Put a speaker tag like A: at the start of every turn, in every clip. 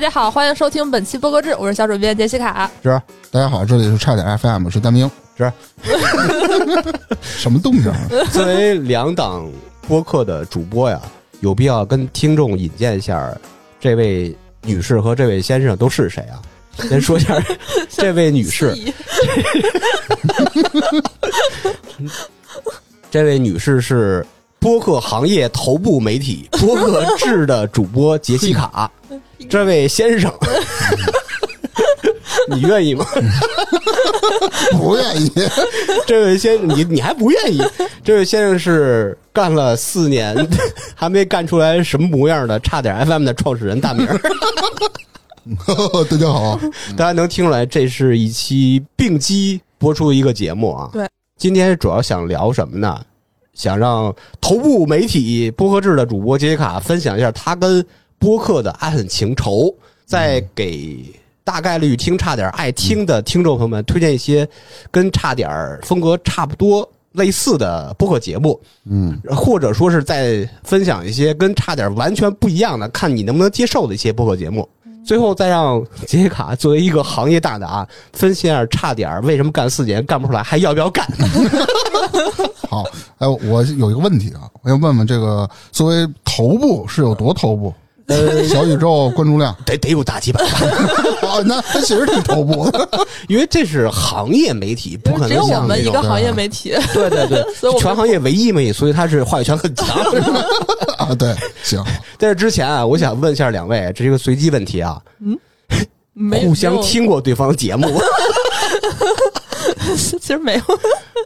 A: 家好，欢迎收听本期播客制，我是小主编杰西卡。
B: 是，大家好，这里是差点 FM，是大明，是， 什么动静 啊？
C: 作为两档播客的主播呀，有必要跟听众引荐一下这位女士和这位先生都是谁啊？先说一下这位女士，这位女士是播客行业头部媒体播客制的主播杰西卡。这位先生，你愿意吗？
B: 不愿意，
C: 这位先生，你你还不愿意？这位先生是干了四年， 还没干出来什么模样的，差点 FM 的创始人大明儿。
B: 大家好，
C: 大家能听出来，这是一期并机播出的一个节目啊。
A: 对，
C: 今天主要想聊什么呢？想让头部媒体播客制的主播杰西卡分享一下他跟播客的爱恨情仇，再给大概率听差点爱听的听众朋友们推荐一些跟差点风格差不多。类似的播客节目，
B: 嗯，
C: 或者说是在分享一些跟差点完全不一样的，看你能不能接受的一些播客节目。
A: 嗯
C: 最后再让杰西卡作为一个行业大拿，分析一下差点为什么干四年干不出来，还要不要干？
B: 好，哎，我有一个问题啊，我要问问这个作为头部是有多头部？
A: 呃
B: 小宇宙关注量，
C: 得得有大几百吧，
B: 哦，那他其实挺头部 的，
C: 因为这是行业媒体，不
A: 因为
C: 可
A: 只
C: 能
A: 有我
C: 像
A: 们一
C: 那
A: 个
C: 种
A: 行业媒体，
C: 对对对，
A: 所以我们
C: 全行业唯一媒体，所以他是话语权很强。
B: 啊，对，行，
C: 在这之前啊，我想问一下两位，这是一个随机问题啊，
A: 没
C: 互相
A: 没有
C: 听过对方的节目
A: 其实没有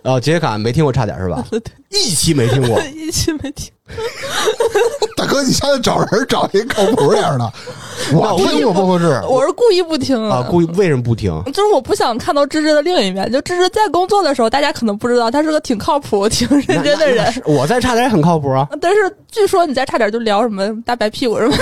C: 啊？杰西卡没听过差点是吧？一期没听 过，
A: 一期没听，
B: 大哥，你现在找人找一靠谱点儿的，我听过播客制，
A: 我是故意不听
C: 啊，
A: 的。
C: 故意为什么不听？
A: 就是我不想看到芝芝的另一面。就芝芝在工作的时候，大家可能不知道，他是个挺靠谱、挺 认真的人。
C: 我在差点也很靠谱啊，
A: 但是据说你在差点就聊什么大白屁股什么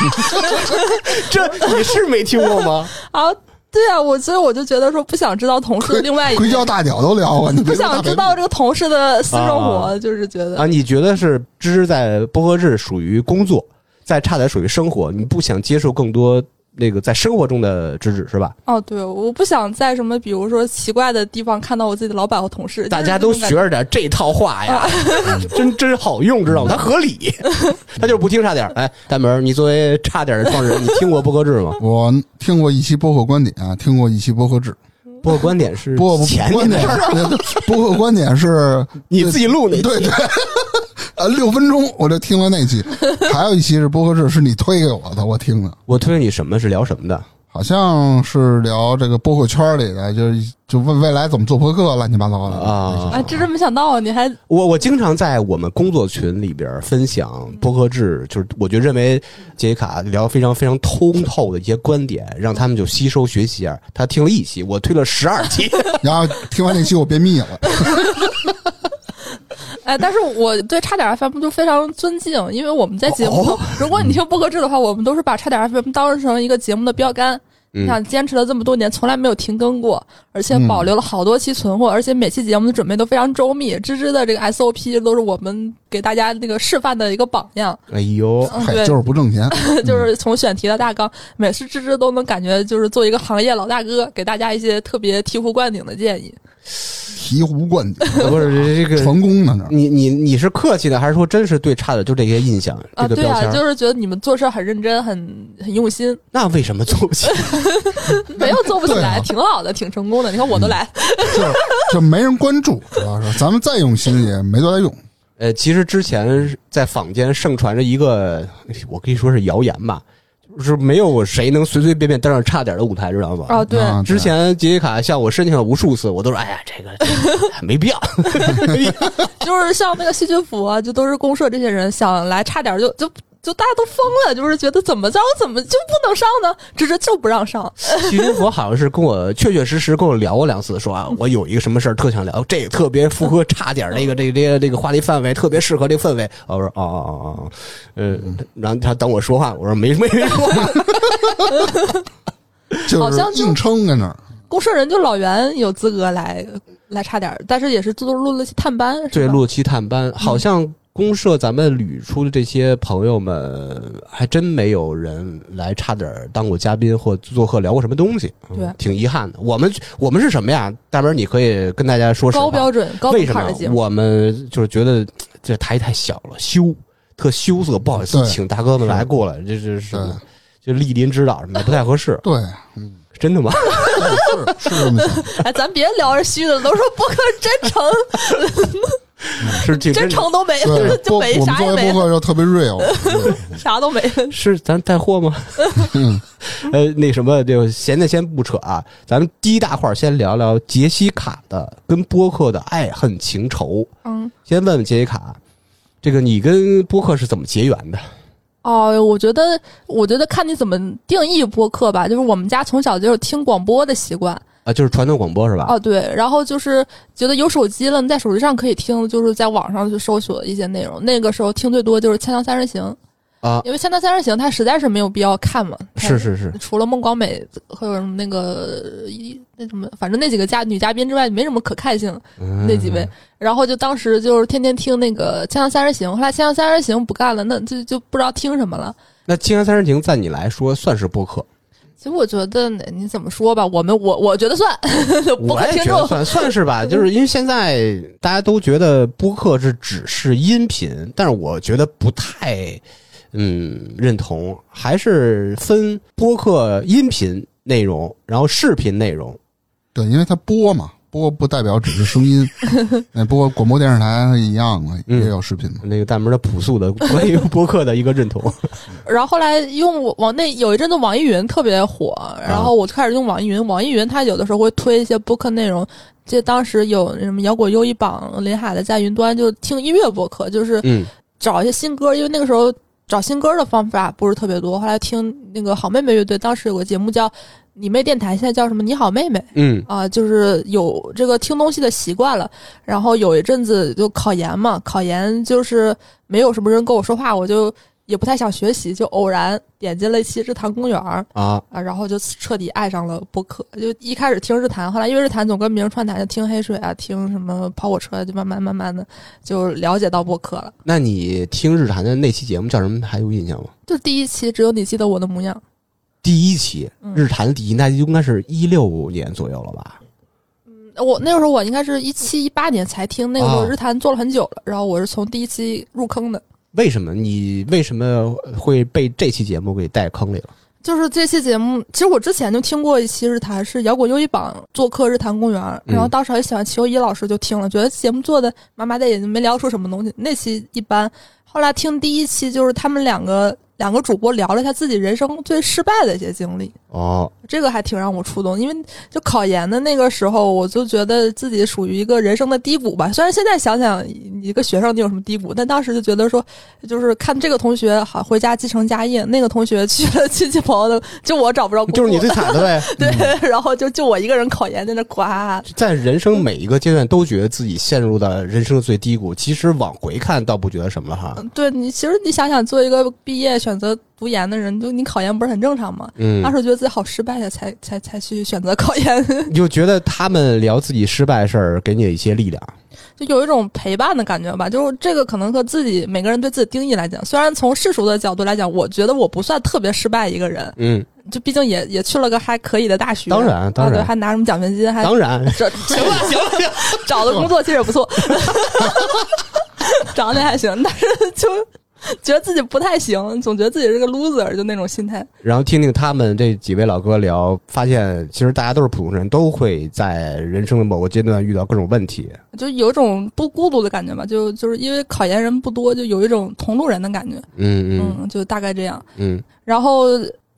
C: 这你是没听过吗？
A: 啊，对啊，我所以我就觉得说不想知道同事的另外一
B: 硅
A: 面，
B: 胶大鸟都聊过，你
A: 不
B: 别说大
A: 想
B: 白
A: 知道这个同事的私生
C: 啊
A: 活，就是觉得
C: 啊，你觉得是芝芝在播客制属于工作，在差点属于生活，你不想接受更多那个在生活中的芝芝是吧？
A: 哦，对，我不想在什么比如说奇怪的地方看到我自己的老板和同事，
C: 大
A: 就是
C: 家
A: 这
C: 都
A: 种
C: 学
A: 感觉。
C: 着点这套话呀， 真真好用，知道吗？它合 理，他就是不听差点。哎，大明儿，你作为差点的创始人，你听过播客制吗？
B: 我听过一期播客观点，啊听过一期播客制，
C: 播客观点是
B: 播不
C: 前
B: 观
C: 面的
B: 点
C: 事儿，
A: 啊
B: 是，播客观点是
C: 你自己录那
B: 对对，啊，六分钟我就听了那期，还有一期是播客制，是你推给我的，我听的，
C: 我推荐你什么是聊什么的？
B: 好像是聊这个播客圈里的，就是就问未来怎么做播客，乱七八糟的
C: 啊
A: 啊，这真没想到，你还
C: 我我经常在我们工作群里边分享
A: 嗯
C: 播客制，就是我就认为杰西卡聊非常非常通透的一些观点，让他们就吸收学习啊。他听了一期，我推了十二期，
B: 然后听完那期我便秘了，
A: 哎，但是我对差点 FM 就非常尊敬，因为我们在节
C: 哦
A: 目中，如果
C: 嗯
A: 你听播客制的话，我们都是把差点 FM 当成一个节目的标杆。
C: 嗯
A: 你想坚持了这么多年，从来没有停更过，而且保留了好多期存货，而且每期节目的准备都非常周密。芝芝的这个 SOP 都是我们给大家那个示范的一个榜样。
C: 哎呦，
A: 嗯，
B: 嗨，
A: 对，
B: 就是不挣钱，
C: 嗯
A: 就是从选题到大纲，每次芝芝都能感觉就是做一个行业老大哥，给大家一些特别醍醐灌顶的建议。
B: 醍醐灌顶，
A: 嗯
C: 不是这个，
B: 成功呢这。
C: 你你你是客气的，还是说真是对差的就这些印象
A: 啊，
C: 这个
A: 对
C: 标
A: 啊，
C: 签？
A: 就是觉得你们做事很认真，很很用心，
C: 那为什么做不起？
A: 没有做不起
B: 对啊
A: 来，挺好的，挺成功的。你看
C: 嗯
A: 我都来，
B: 就是就没人关注，主要是咱们再用心也没多大用。
C: 呃，其实之前在坊间盛传着一个，我可以说是谣言吧，就是没有谁能随随便便登上差点的舞台，知道吗？
A: 啊，对，
B: 啊
C: 之前杰西卡向我申请了无数次，我都说：“哎呀，这个这个没必要。
A: 就是像那个细菌服啊，就都是公社这些人想来，差点就就。就大家都疯了，就是觉得怎么着怎么就不能上呢？芝芝就不让上，”
C: 其实我好像是跟我确确实实跟我聊过两次，说啊，我有一个什么事儿特想聊，这个特别符合差点儿那个这个这个这个话题范围，特别适合这个氛围。啊我说：“哦哦哦哦，呃，然后他等我说话，我说没没说话。
B: 就
A: 好
B: 是
A: 像就
B: 硬撑在那儿，
A: 公社人就老袁有资格来来差点，但是也是都录了期探班，是
C: 对，
A: 吧
C: 录期探班，好像公社咱们旅出的这些朋友们，还真没有人来差点儿当过嘉宾或做客聊过什么东西，嗯
A: 对
C: 挺遗憾的。我们我们是什么呀？大明，你可以跟大家说实话
A: 高标准、高
C: 为
A: 门
C: 什
A: 槛
C: 么
A: 的节目，
C: 我们就是觉得这台太小了，羞，特羞涩，不好意思
B: 对
C: 请大哥们来过来，这这是
B: 对，
C: 就莅临指导什么的不太合适
B: 对，
C: 真的 吗？
B: 是是这么想。
A: 哎，咱别聊着虚的，都说播客真 诚，
C: 是挺
A: 真诚都没
B: 对，，播
A: 就
B: 我
A: 没
B: 们
A: 啥也
B: 作为
A: 没
B: 播，客就特 别 real，
A: 啥都没。
C: 是咱带货吗？ 呃，那什么，就闲的先不扯啊，咱们第一大块儿先聊聊杰西卡的跟播客的爱恨情仇。
A: 嗯，
C: 先问问杰西卡，这个你跟播客是怎么结缘的？
A: 哦，我觉得，我觉得看你怎么定义播客吧。就是我们家从小就有听广播的习惯，
C: 啊，就是传统广播是吧？
A: 哦，对，然后就是觉得有手机了，你在手机上可以听，就是在网上去搜索一些内容。那个时候听最多就是《锵锵三人行》
C: 啊，
A: 因为《锵锵三人行》它实在是没有必要看嘛。它
C: 是。是是，
A: 除了孟广美还有那个一那什么，反正那几个嘉女嘉宾之外，没什么可看性。
C: 嗯
A: 那几位，然后就当时就是天天听那个《锵锵三人行》，后来《锵锵三人行》不干了，那就就不知道听什么了。
C: 那《青山三人行》在你来说算是播客，
A: 其实我觉得呢，你怎么说吧，我们我我觉得算 播
C: 我
A: 客
C: 也
A: 听
C: 觉得
A: 众
C: 算算是吧，就是因为现在大家都觉得播客是只是音频，但是我觉得不太嗯认同，还是分播客音频内容，然后视频内容。
B: 对，因为它播嘛，播不代表只是声 音，那播广播电视台它一样嘛，
C: 嗯
B: 也有视频嘛。
C: 那个大门的朴素的关于播客的一个认同，
A: 然后后来用我网那有一阵子网易云特别火，
C: 啊
A: 然后我就开始用网易云。网易云它有的时候会推一些播客内容，记得当时有什么摇滚优一榜、林海的在云端，就听音乐播客，就是
C: 嗯，
A: 找一些新歌，因为那个时候找新歌的方法不是特别多。后来听那个好妹妹乐队，当时有个节目叫你妹电台，现在叫什么？你好妹妹。
C: 嗯，
A: 啊、就是有这个听东西的习惯了。然后有一阵子就考研嘛，考研就是没有什么人跟我说话，我就也不太想学习，就偶然点进了一期《日坛公园》儿
C: 啊，
A: 啊，然后就彻底爱上了播客。就一开始听日坛，后来因为日坛总跟别人串台，就听黑水啊，听什么跑火车，就慢慢慢慢的就了解到播客了。
C: 那你听日坛的那期节目叫什么？还有印象吗？
A: 就第一期只有你记得我的模样，
C: 第一期
A: 嗯
C: 日坛第一，那应该是一六年左右了吧？
A: 我那个时候我应该是一七一八年才听，那个时候
C: 啊
A: 日坛做了很久了，然后我是从第一期入坑的。
C: 为什么你为什么会被这期节目给带坑里了？
A: 就是这期节目，其实我之前就听过一期日坛，是摇滚优一榜做客日坛公园，
C: 嗯
A: 然后当时很喜欢齐友一老师，就听了，觉得节目做的麻麻的，也就没聊出什么东西。那期一般，后来听第一期就是他们两个两个主播聊了一下自己人生最失败的一些经历，
C: 哦，
A: 这个还挺让我触动，因为就考研的那个时候，我就觉得自己属于一个人生的低谷吧。虽然现在想想，你一个学生你有什么低谷，但当时就觉得说，就是看这个同学好回家继承家业，那个同学去了亲戚朋友的，就我找不着工作，
C: 就是你最惨的 嗯呗。
A: 对，然后就就我一个人考研在那夸，
C: 在人生每一个阶段都觉得自己陷入到人生的最低谷，其实往回看倒不觉得什么哈。
A: 对你其实你想想，做一个毕业选择读研的人，就你考研不是很正常吗？
C: 嗯
A: 当，时觉得自己好失败呀，才才才去选择考研，
C: 你就觉得他们聊自己失败的事儿，给你一些力量。
A: 就有一种陪伴的感觉吧。就是这个可能和自己每个人对自己定义来讲，虽然从世俗的角度来讲，我觉得我不算特别失败一个人，
C: 嗯，
A: 就毕竟也也去了个还可以的大学，
C: 当然当然
A: 啊对还拿什么奖学金，还
C: 嗯当然，
A: 找行了行了， 找的工作其实也不错，长得还行，但是就觉得自己不太行，总觉得自己是个 loser，就那种心态。
C: 然后听听他们这几位老哥聊，发现其实大家都是普通人，都会在人生的某个阶段遇到各种问题。
A: 就有一种不孤独的感觉吧，就就是因为考研人不多，就有一种同路人的感觉，
C: 嗯嗯
A: 嗯，就大概这样。
C: 嗯
A: 然后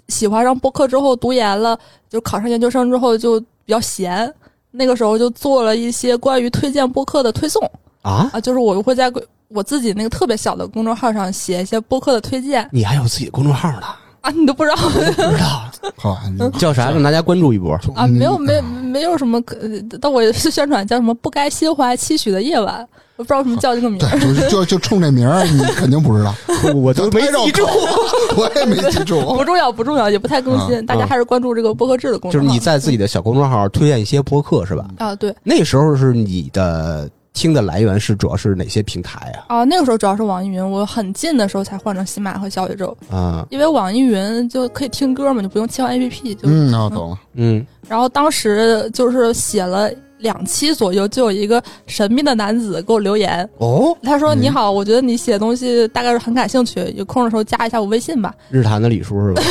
A: 喜欢上播客之后，读研了，就考上研究生之后就比较闲。那个时候就做了一些关于推荐播客的推送
C: 啊，
A: 啊，就是我会在我自己那个特别小的公众号上写一些播客的推荐
C: 你还有自己的公众号呢，
A: 啊，你都不知道
C: 不知道
B: 好，你
C: 叫啥，让大家关注一波。
A: 嗯啊，没有，没
B: 有，
A: 没有什么可，但我也是宣传叫什么“不该心怀期许的夜晚”，我不知道为什么叫这个名儿。
B: 对，就就就冲这名儿，你肯定不知道，
C: 我都没记住，
B: 我也没记住。
A: 不重要，不重要，也不太更新，
B: 啊
A: 大家还是关注这个播客制的公
C: 嗯就是
A: 众号。
C: 你在自己的小公众号推荐一些播客是吧？
A: 啊，对，
C: 那时候是你的听的来源是主要是哪些平台啊？
A: 啊，那个时候主要是网易云，我很近的时候才换成喜马和小宇宙，
C: 啊，
A: 因为网易云就可以听歌嘛，就不用切换 APP 就。
B: 嗯，那我懂了。
C: 嗯，
A: 然后当时就是写了两期左右，就有一个神秘的男子给我留言，
C: 哦，
A: 他说：“
B: 嗯
A: 你好，我觉得你写的东西大概是很感兴趣，有空的时候加一下我微信吧。”
C: 日坛的李叔是吧？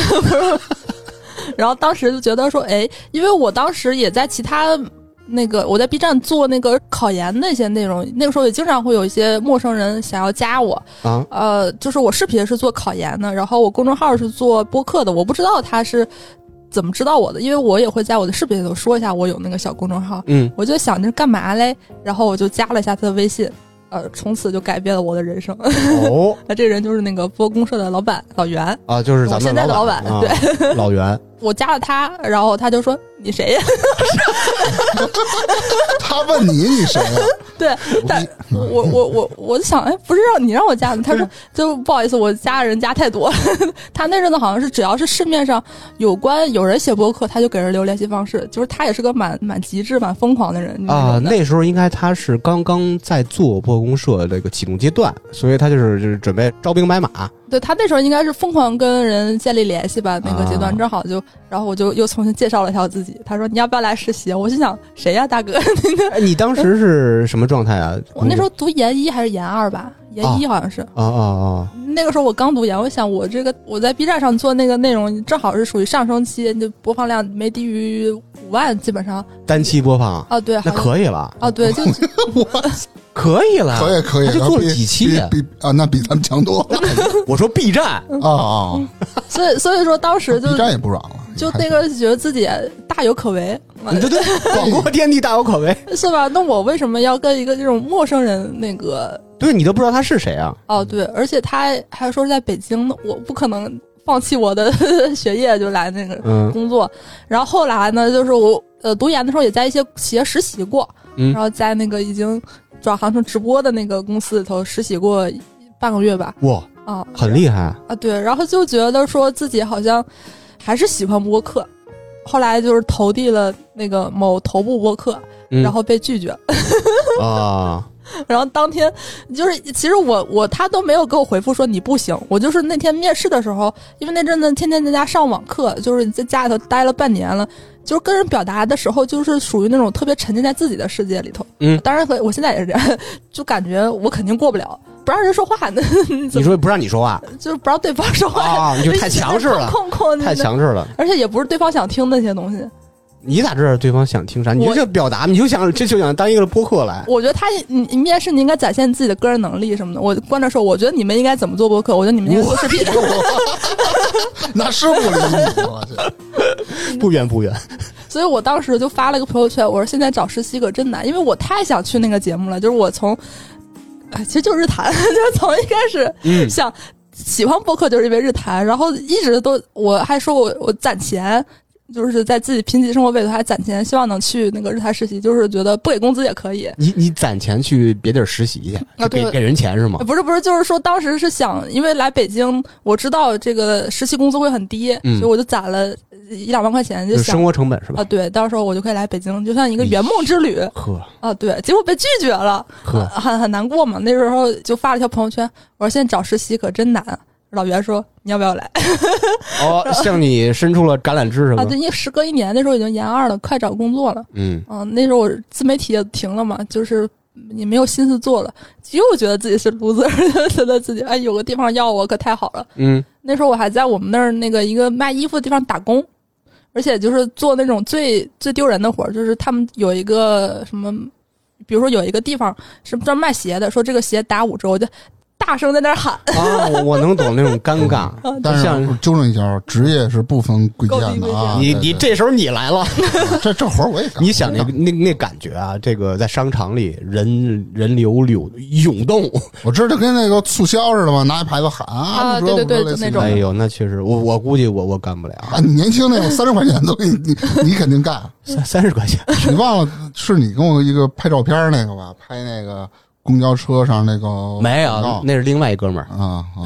A: 然后当时就觉得说，哎，因为我当时也在其他那个我在 B 站做那个考研那些内容，那个时候也经常会有一些陌生人想要加我，
C: 啊，
A: 呃，就是我视频是做考研的，然后我公众号是做播客的，我不知道他是怎么知道我的，因为我也会在我的视频里头说一下我有那个小公众号，
C: 嗯，
A: 我就想着干嘛嘞，然后我就加了一下他的微信。呃，从此就改变了我的人生。
C: 哦，
A: 那这人就是那个播公社的老板老袁，
C: 啊，就是咱
A: 我现
C: 们
A: 在的
C: 老
A: 老板
C: 对，老袁，
A: 我加了他，然后他就说你谁呀？
B: 他问你，你谁啊呀？
A: 对，但 我我我我就想，哎，不是让你让我加的，他说就不好意思，我加的人加太多了。 他那阵子好像是只要是市面上有关有人写博客，他就给人留联系方式，就是他也是个蛮蛮极致、蛮疯狂的人那
C: 啊，
A: 种的
C: 那时候应该他是刚刚在做播公社这个启动阶段，所以他就是就是准备招兵 买马。
A: 对他那时候应该是疯狂跟人建立联系吧，那个阶
C: 啊
A: 段正好就，然后我就又重新介绍了一下我自己，他说你要不要来实习？我心想谁呀、大哥？
C: 哎，你当时是什么状态啊？
A: 我那时候读研一还是研二吧，研一好像是。
C: 啊啊啊，
A: 那个时候我刚读研，我想我这个我在 B 站上做那个内容，正好是属于上升期，就播放量没低于五万，基本上
C: 单期播放
A: 啊，对，好
C: 那
A: 像
C: 可以了，
A: 啊，对，就
C: 可以了，
B: 可以可以，
C: 啊他就
B: 那
C: 做了
B: 比
C: 几期啊
B: 比比啊，那比咱们强多了
C: 我说 B 站
B: 啊啊！
A: 所以所以说当嗯时就
B: ，B 站也不软了，
A: 就
B: 还
A: 那个觉得自己大有可为，
C: 你这对广阔天地大有可为，
A: 是吧？那我为什么要跟一个这种陌生人那个？
C: 对你都不知道他是谁啊？
A: 哦，对，而且他还说是在北京，的，我不可能放弃我的 学业就来那个
C: 嗯
A: 工作。然后后来呢，就是我呃读研的时候也在一些企业实习过，
C: 嗯
A: 然后在那个已经转行成直播的那个公司里头实习过半个月吧，
C: 哇，
A: 啊
C: 很厉害，
A: 啊对，然后就觉得说自己好像还是喜欢播客，后来就是投递了那个某头部播客，
C: 嗯
A: 然后被拒绝，
C: 啊，
A: 然后当天就是，其实我我他都没有给我回复说你不行，我就是那天面试的时候，因为那阵子天天在家上网课，就是在家里头待了半年了，就是跟人表达的时候，就是属于那种特别沉浸在自己的世界里头。
C: 嗯
A: 当然和我现在也是这样， 就感觉我肯定过不了，不让人说话呢，
C: 你说不让你说话
A: 就是不让嗯 对方说话，
C: 啊，你就太 强势了，
A: 控控
C: 太，强势了。
A: 而且也不是对方想听的那些东西。
C: 你咋知道对方想听啥？你就
A: 我
C: 想表达，你就想这就想当一个播客来。
A: 我觉得他你你面试你应该展现自己的个人能力什么的。我观点说，我觉得你们应该怎么做播客，我觉得你们应该做视频。
B: 那是不理你，我去，
C: 不远不远，
A: 所以我当时就发了个朋友圈，我说现在找实习可真难，因为我太想去那个节目了。就是我从，哎，其实就是日坛， 就是从一开
C: 嗯
A: 始想、喜欢播客，就是因为日坛，然后一直都我还说我我攒钱，就是在自己贫瘠生活费里头还攒钱，希望能去那个日坛实习，就是觉得不给工资也可以。
C: 你你攒钱去别地儿实习去，就给
A: 啊对
C: 给人钱是吗
A: 呃？不是不是，就是说当时是想，因为来北京，我知道这个实习工资会很低，
C: 嗯
A: 所以我就攒了一两万块钱，
C: 就
A: 就是想
C: 生活成本是吧
A: 啊，？对，到时候我就可以来北京，就像一个圆梦之旅。
C: 呵
A: 啊，对，结果被拒绝了，
C: 呵，
A: 很很难过嘛。那时候就发了一条朋友圈，我说现在找实习可真难。老袁说：“你要不要来
C: 哦， 向你伸出了橄榄枝是
A: 啊？
C: 吗？
A: 对，因为时隔一年，那时候已经研二了，快找工作了。
C: 嗯，
A: 嗯、那时候我自媒体也停了嘛，就是也没有心思做了，又觉得自己是 loser，就 觉得自己哎有个地方要我可太好了。
C: 嗯
A: 那时候我还在我们那儿那个一个卖衣服的地方打工，而且就是做那种最最丢人的活儿，就是他们有一个什么，比如说有一个地方是专门卖鞋的，说这个鞋打五折，我就大声在那儿喊，
C: 啊，我我能懂那种尴尬。
B: 但是我纠正一下，啊职业是不分贵贱的
A: 嗯
B: 啊。
C: 你
B: 对
C: 你
B: 对
C: 这时候你来
A: 啊
C: 了，
B: 这这活儿我也干
C: 你想那个那那感觉啊，这个在商场里人人流流涌动，
B: 我知道就跟那个促销似的嘛，拿一牌子喊
A: 啊
B: 不知道
A: 对对对
B: 不
A: 就那
B: 知道类似于
A: 种
C: 哎呦，那确实，我
A: 嗯
C: 我估计我我干不了，
B: 啊，你年轻那种三十块钱的东西，你你肯定干。
A: 嗯
C: 三三十块 钱，
B: 你忘了是你跟我一个拍照片儿那个吧？拍那个公交车上那个
C: 没有
B: 广，告
C: 哦
B: 啊
C: 那是另外一哥们儿。
B: 啊啊！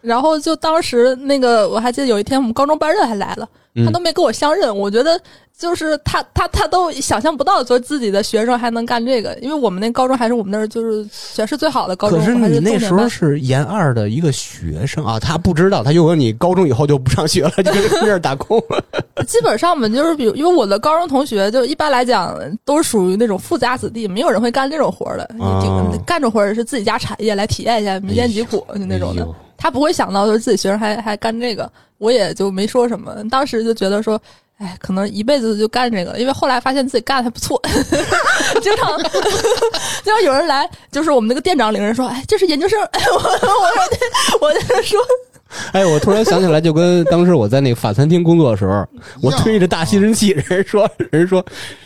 A: 然后就当时那个，我还记得有一天我们高中班任还来了，
C: 嗯
A: 他都没跟我相认。我觉得就是他他他都想象不到，说自己的学生还能干这个，因为我们那高中还是我们那儿就是全市最好的高中。
C: 可是
A: 还
C: 你
A: 重
C: 那
A: 点
C: 时
A: 班嗯
C: 候是研二的一个学生啊，他不知道，他又说你高中以后就不上学了，就跟这儿打工了。
A: 基本上我们就是，比如因为我的高中同学，就一般来讲都是属于那种富家子弟，没有人会干这种活儿的。
C: 啊
A: 就干这活儿是自己家产业，来体验一下民间疾苦就 那种
C: 哎
A: 的
C: 呦。
A: 他不会想到就是自己学生还还干这个，我也就没说什么。当时就觉得说。哎，可能一辈子就干这个，因为后来发现自己干的还不 错，经常 经常有人来，就是我们那个店长领人说，哎，这是研究生， 哎、我我我就说，
C: 哎，我突然想起来，就跟当时我在那个法餐厅工作的 时候，我推着大吸尘器，人说 人说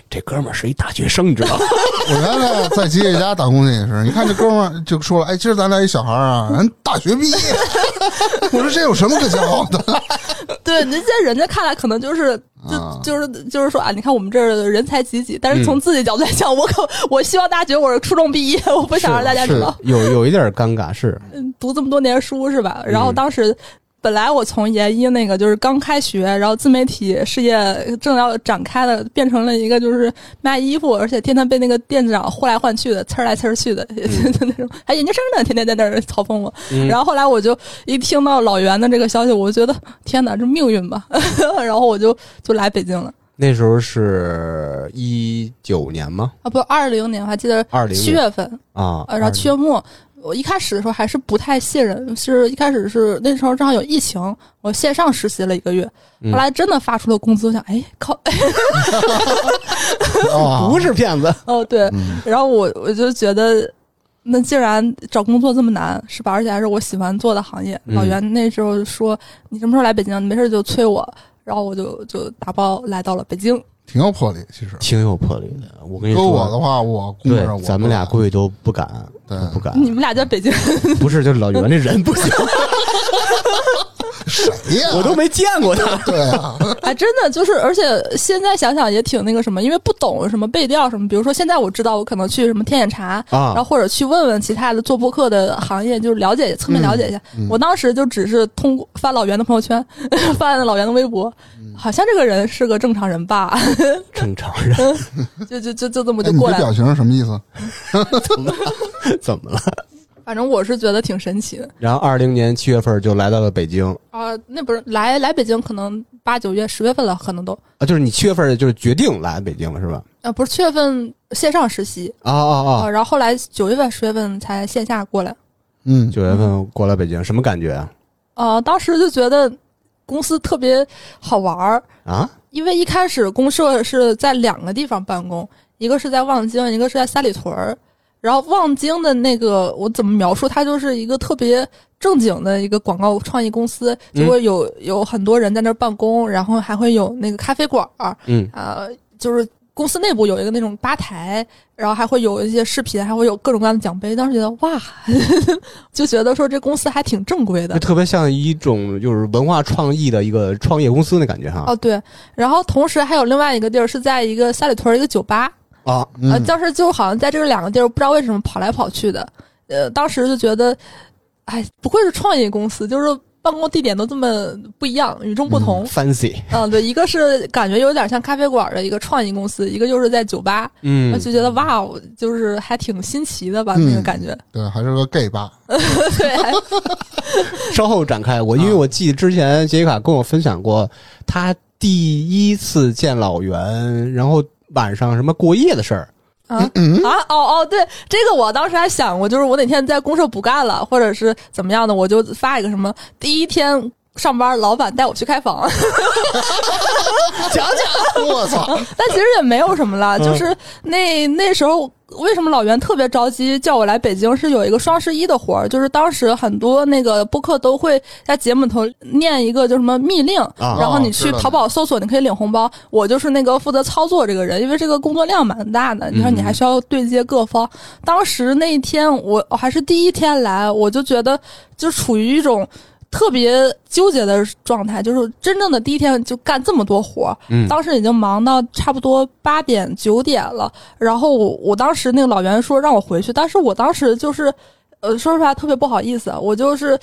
C: 这哥们儿是一大学生，你 知道吗？
B: 我原来在吉野家打工那也是，你看这哥们儿就说了，哎，今儿咱俩一小孩儿啊，人大学毕业， 我说这有什么可骄傲的？
A: 对，人家人家看来可能就是就、
B: 啊
A: 就是就是说啊，你看我们这儿的人才济济，但是从自己角度来讲，我可我希望大家觉得我是初中毕业，我不想让大家知道
C: 有有一点尴尬，是
A: 读这么多年书是吧？然后当时。本来我从研一那个就是刚开学，然后自媒体事业正要展开的，变成了一个就是卖衣服，而且天天被那个店长呼来唤去的，呲儿来呲儿去的，哎也就那 种还研究生呢，天天在那儿嘲讽我。然后后来我就一听到老袁的这个消息，我就觉得天哪，这命运吧。 然后我就就来北京了
C: 那时候是一九年吗？
A: 啊，不，二零年我还记得
C: 20年
A: 七月份，
C: 啊，
A: 呃，然后七月末，我一开始的时候还是不太信任，是一开始是那时候正好有疫情，我线上实习了一个月，后来真的发出了工资，我想，哎，靠， 哎
B: 啊，
C: 不是骗子，
A: 哦，对，然后我我就觉得，那既然找工作这么难，是吧？而且还是我喜欢做的行业。
C: 嗯
A: 老袁那时候说，你什么时候来北京？你没事就催我，然后我就就打包来到了北京。
B: 挺有魄力，其实。
C: 挺有魄力的。我跟你
B: 搁
C: 说，
B: 我的话，我估摸着
C: 对
B: 我
C: 咱们俩估计都不敢，
B: 对
C: 都不敢，
A: 你们俩在北京，
C: 不是就是老袁这人不行，
B: 谁呀？
C: 我都没见 过他。
B: 对啊，
A: 哎，真的就是，而且现在想想也挺那个什么，因为不懂什么背调什么。比如说，现在我知道我可能去什么天眼查，
C: 啊
A: 然后或者去问问其他的做播客的行业，就是了解侧面了解一下。我当时就只是通过翻老袁的朋友圈， 翻老袁的微博，好像这个人是个正常人吧，
C: 正常人
A: 就就就就这么
B: 哎
A: 就
B: 你
A: 过
B: 这
A: 来了。
B: 表情是什么意思？
C: 怎么了？
A: 反正我是觉得挺神奇的
C: 然后二零年七月份就来到了北京
A: 啊、那不是来来北京可能八九月十月份了，可能都
C: 啊，就是你七月份就是决定来北京了是吧？
A: 啊不是七月份线上实习
C: 啊啊
A: 啊、
C: 啊！
A: 然后后来九月份十月份才线下过来。
B: 嗯，
C: 九月份过来北京，什么感觉啊？
A: 呃，当时就觉得公司特别好玩儿，
C: 啊，
A: 因为一开始公社是在两个地方办公，一个是在望京，一个是在三里屯儿。然后望京的那个我怎么描述？它就是一个特别正经的一个广告创意公司，就会有、有很多人在那儿办公，然后还会有那个咖啡馆儿，
C: 嗯
A: 呃，就是公司内部有一个那种吧台，然后还会有一些视频，还会有各种各样的奖杯。当时觉得哇， 就觉得说这公司还挺正规的
C: 就，特别像一种就是文化创意的一个创业公司的感觉哈
A: 哦，对，然后同时还有另外一个地儿是在一个三里屯儿一个酒吧，
C: 啊！
A: 呃，
B: 嗯
A: 当时就好像在这两个地儿不知道为什么跑来跑去的，呃，当时就觉得，哎，不愧是创业公司，就是办公地点都这么不一样，与众不同。
C: fancy，
A: 嗯，对，一个是感觉有点像咖啡馆的一个创意公司，一个就是在酒吧，
C: 嗯
A: 我就觉得哇，哦，就是还挺新奇的吧，那个
B: 嗯
A: 感觉。
B: 对，还是个 gay 吧。
A: 对，还啊
C: 稍后展开。我因为我记得之前杰西卡跟我分享过，他第一次见老袁，然后晚上什么过夜的事儿。
A: 啊啊哦哦，对，这个我当时还想过，就是我哪天在公社不干了，或者是怎么样的，我就发一个什么第一天。上班，老板带我去开房，
B: 讲讲，我操！
A: 但其实也没有什么
B: 嗯
A: 了。就是那那时候，为什么老袁特别着急叫我来北京？是有一个双十一的活儿，就是当时很多那个播客都会在节目里头念一个就什么密令，
C: 啊
A: 然后你
B: 哦知
A: 去
B: 道
A: 淘宝搜索，你可以领红包。我就是那个负责操作这个人，因为这个工作量蛮大的，你说
B: 嗯
A: 你还需要对接各方。当时那一天我我还是第一天来，我就觉得就处于一种。特别纠结的状态，就是真正的第一天就干这么多活儿，
C: 嗯
A: 当时已经忙到差不多八点九点了。然后我我当时那个老袁说让我回去，但是我当时就是，呃，说实话特别不好意思，我就是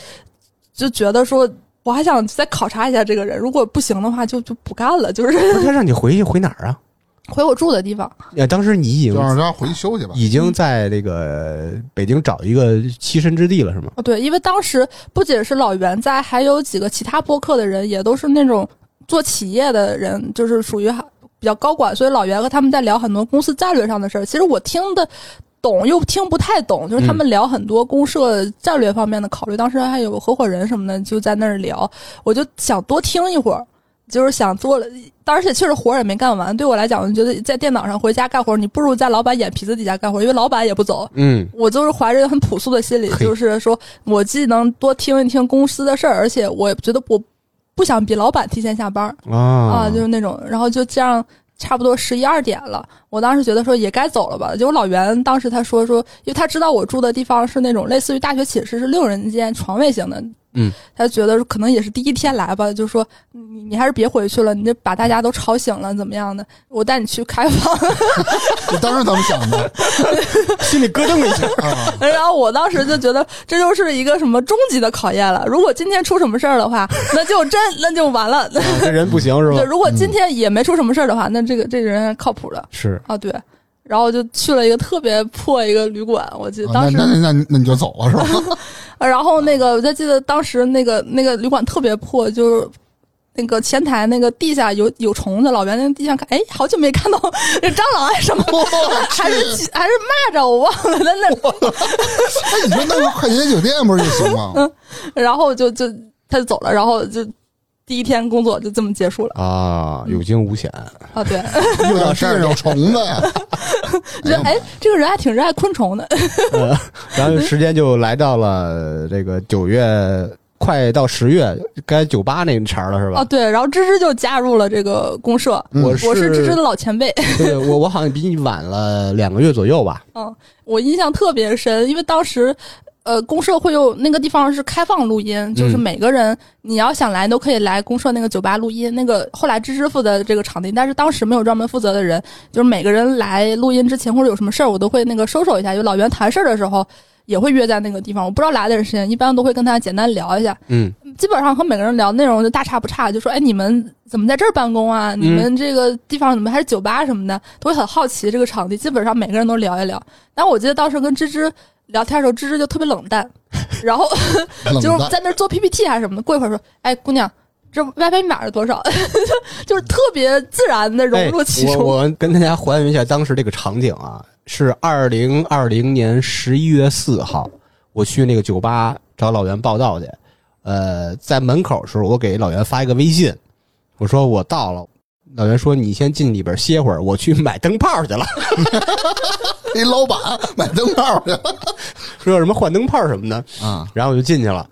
A: 就觉得说，我还想再考察一下这个人，如果不行的话就，就不干了，就是
C: 不是他让你回去回哪儿啊？
A: 回我住的地方。
C: 哎，当时你已
B: 就让
C: 经
B: 他回去休息 吧。
C: 已经在这个北京找一个栖身之地了，是吗？
A: 哦，对，因为当时不仅是老袁在，还有几个其他播客的人，也都是那种做企业的人，就是属于比较高管，所以老袁和他们在聊很多公司战略上的事儿。其实我听的懂，又听不太懂，就是他们聊很多公社战略方面的考虑。当时还有合伙人什么的就在那儿聊，我就想多听一会儿。就是想做了，而且确实活儿也没干完。对我来讲，我就觉得在电脑上回家干活儿，你不如在老板眼皮子底下干活儿，因为老板也不走，
C: 嗯，
A: 我就是怀着很朴素的心理，
C: 嘿
A: 就是说我既能多听一听公司的事儿，而且我觉得我不想比老板提前下班儿、
C: 啊
A: 啊，就是那种，然后就这样。差不多十一二点了，我当时觉得说也该走了吧。结果老袁当时他说说，因为他知道我住的地方是那种类似于大学寝室，是六人间床位型的，
C: 嗯，
A: 他觉得可能也是第一天来吧，就说你你还是别回去了，你这把大家都吵醒了，怎么样的？我带你去开房，
B: 当时怎么想的
C: 心里咯噔一下。
B: 啊？
A: 然后我当时就觉得这就是一个什么终极的考验了。如果今天出什么事儿的话，那就真那就完了。
C: 啊这人不行 是
A: 对，
C: 吧？
A: 如果今天也没出什么事儿的话，那这个这人靠谱的
C: 是，
A: 啊，对。然后就去了一个特别破一个旅馆，我记得
B: 哦那
A: 当时
B: 那，那那那你就走了 是吧？
A: 呃然后那个我就记得当时那个那个旅馆特别破，就是那个前台那个地下有有虫子，老袁那个地下看，哎，好久没看到 蟑螂还是什么，还是鸡还是蚂蚱，我忘了，那那
B: 那哎你就弄个快捷酒店不是就行 吗？
A: 然后就就他就走了，然后就第一天工作就这么结 束了
C: 啊，有惊无 险。
A: 啊。对，
C: 哎
B: 又到地上有虫子，
A: 觉得哎，这 个人还挺热爱昆虫的。
C: 然后时间就来到了这个九月，快到十月，该酒吧那茬儿了是
A: 啊，
C: 吧？
A: 对，然后芝芝就加入了这个公社，
C: 哦我
A: 我是芝芝的
C: 是
A: 老前辈，
C: 对我我好像比你晚了两个月左右吧？
A: 嗯，我印象特别深，因为当时。呃，公社会有那个地方是开放录音，就是
C: 嗯
A: 每个人你要想来都可以来公社那个酒吧录音。那个后来芝芝负责这个场地，但是当时没有专门负责的人，就是每个人来录音之前或者有什么事儿，我都会那个收手一下。有老袁谈事儿的时候也会约在那个地方，我不知道来的人是谁，一般都会跟他简单聊一下。
C: 嗯，
A: 基本上和每个人聊内容就大差不差，就说哎，你们怎么在这儿办公啊？你
C: 嗯
A: 们这个地方怎么还是酒吧什么的，都会很好奇这个场地。基本上每个人都聊一聊。但我记得当时跟芝芝聊天的时候，芝芝就特别冷淡，然 后
B: 冷
A: 哎就是
B: 淡。
A: 在那儿做 PPT 还是什么的。过一会儿说，哎，姑娘，这 WiFi 密码是多少？ 就是特别自然的融入其
C: 哎
A: 中。
C: 我我跟大家还原一下当时这个场景啊，是二零二零年十一月四号，我去那个酒吧找老袁报道去。呃，在门口的时候，我给老袁发一个微信，我说我到了。老袁说：“你先进里边歇会儿，我去买灯泡去了。
B: 一老板买灯泡去
C: 说有什么换灯泡什么的，
B: 啊！
C: 然后我就进去了。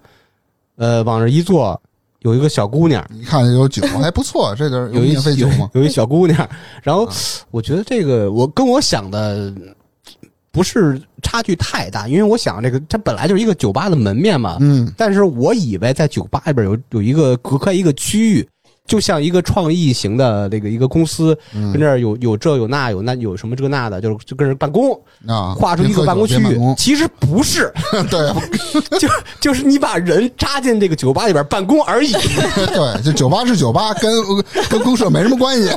C: 呃，往这一坐，有一个小姑娘，
B: 一看有酒，还不错，这地儿
C: 有一
B: 免费酒吗？
C: 有一小姑娘，然后
B: 啊
C: 我觉得这个我跟我想的不是差距太大，因为我想这个它本来就是一个酒吧的门面嘛，
B: 嗯，
C: 但是我以为在酒吧里边有有一个隔开一个区域。就像一个创意型的这个一个公司，
B: 嗯
C: 跟这儿有有这有那有那有什么这那的，就是就跟人办公，
B: 啊，
C: 划出一
B: 边
C: 个
B: 喝酒
C: 办公区
B: 边办
C: 域
B: 公。
C: 其实不是，
B: 对
C: 就是就是你把人扎进这个酒吧里边办公而已。
B: 对，就酒吧是酒吧，跟跟公社没什么关系。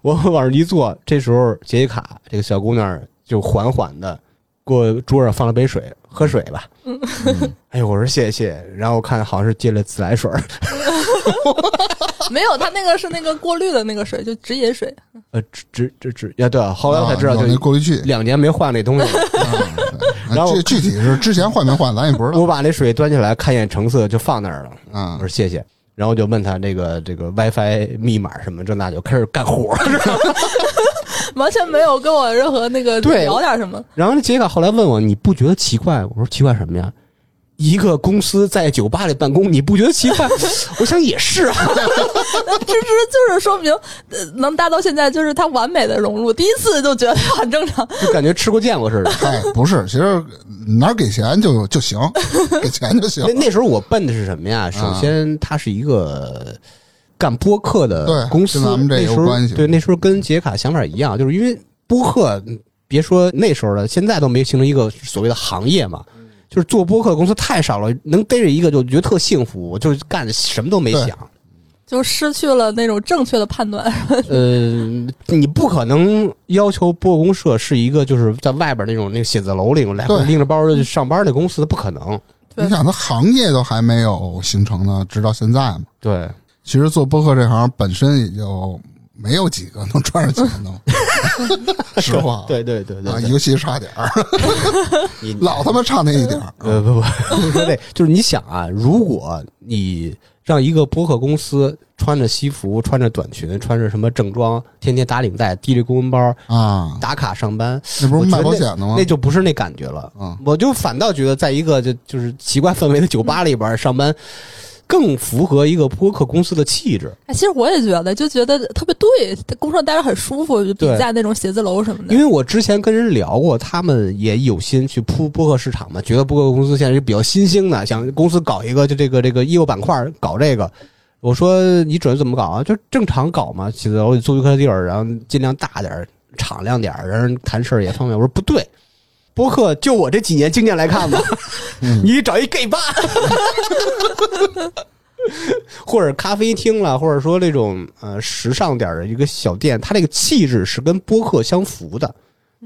C: 我往这一坐，这时候杰西卡这个小姑娘就缓缓的给我桌上放了杯水，喝水吧。 哎呦，我说谢谢谢谢。然后我看好像是接了自来水儿，
A: 没有，他那个是那个过滤的那个水，就直饮水。
C: 呃，只只只只，呀，对、啊，后来我才知道，
B: 啊有那
C: 就
B: 过滤器。
C: 两年没换那东西 了。
B: 啊对
C: 然后
B: 具具体是之前换没换，咱也不知 道
C: 我把那水端起来，看一眼成色，就放那儿了。我
B: 啊
C: 说。谢谢。然后就问他这个这个 WiFi 密码什么这那，就开始干活。
A: 完全没有跟我任何那个
C: 对
A: 聊点什么。
C: 然后那杰西卡后来问我，你不觉得奇怪？我说奇怪什么呀？一个公司在酒吧里办公，你不觉得奇 怪？我想也是啊。
A: 芝芝就是说明，呃，能达到现在就是他完美的融入，第一次就觉得很正常。
C: 就感觉吃过见过 似的。
B: 哎，不是，其实哪儿给钱就 就行，给钱就行
C: 那。那时候我奔的是什么
B: 啊
C: 呀？首先，它是一个干播客的
B: 对
C: 公司，
B: 跟咱们这
C: 那
B: 有
C: 时候
B: 关系
C: 对，那时候跟杰卡想法一样，
B: 嗯
C: 就是因为播客，别说那时候了，现在都没形成一个所谓的行业嘛。就是做播客的公司太少了，能逮着一个就觉得特幸福，我就是干得什么都没
B: 对
C: 想。
A: 就失去了那种正确的判断。
C: 呃，你不可能要求播客公社是一个就是在外边那种那个写字楼里来回
B: 对
C: 拎着包就上班的公司，不可能。
A: 对
B: 你想，它行业都还没有形成呢，直到现在嘛。
C: 对，
B: 其实做播客这行本身也就没有几个能赚着钱 的嘛，实话。
C: 对对对对
B: 啊，
C: 对，
B: 尤其差点儿，
C: 你
B: 老他妈差那一点儿。
C: 呃不不，不说这，就是你想啊，如果你让一个播客公司穿着西服、穿着短裙、穿着什么正装，天天打领带、提着公文包
B: 啊，
C: 打卡上班，
B: 那不
C: 我
B: 是
C: 觉
B: 卖
C: 得
B: 保险的吗
C: 那？就不是那感觉了。
B: 啊，
C: 我就反倒觉得，在一个就就是奇怪氛围的酒吧里边上班，更符合一个播客公司的气质。
A: 哎，其实我也觉得，就觉得特别对，在公社待着很舒服，就比
C: 对
A: 在那种写字楼什么的
C: 因。为我之前跟人聊过，他们也有心去铺播客市场嘛，觉得播客公司现在是比较新兴的，想公司搞一个就这个这个业务板块搞这个。我说你准备怎么搞啊？就正常搞嘛，写字楼租一块地儿，然后尽量大点儿，敞亮点儿，让人谈事儿也方便。我说不对，播客就我这几年经验来 看吧，嗯你找一 gay 吧， 或者咖啡厅了，或者说那种呃时尚点儿的一个小店，它这个气质是跟播客相符的，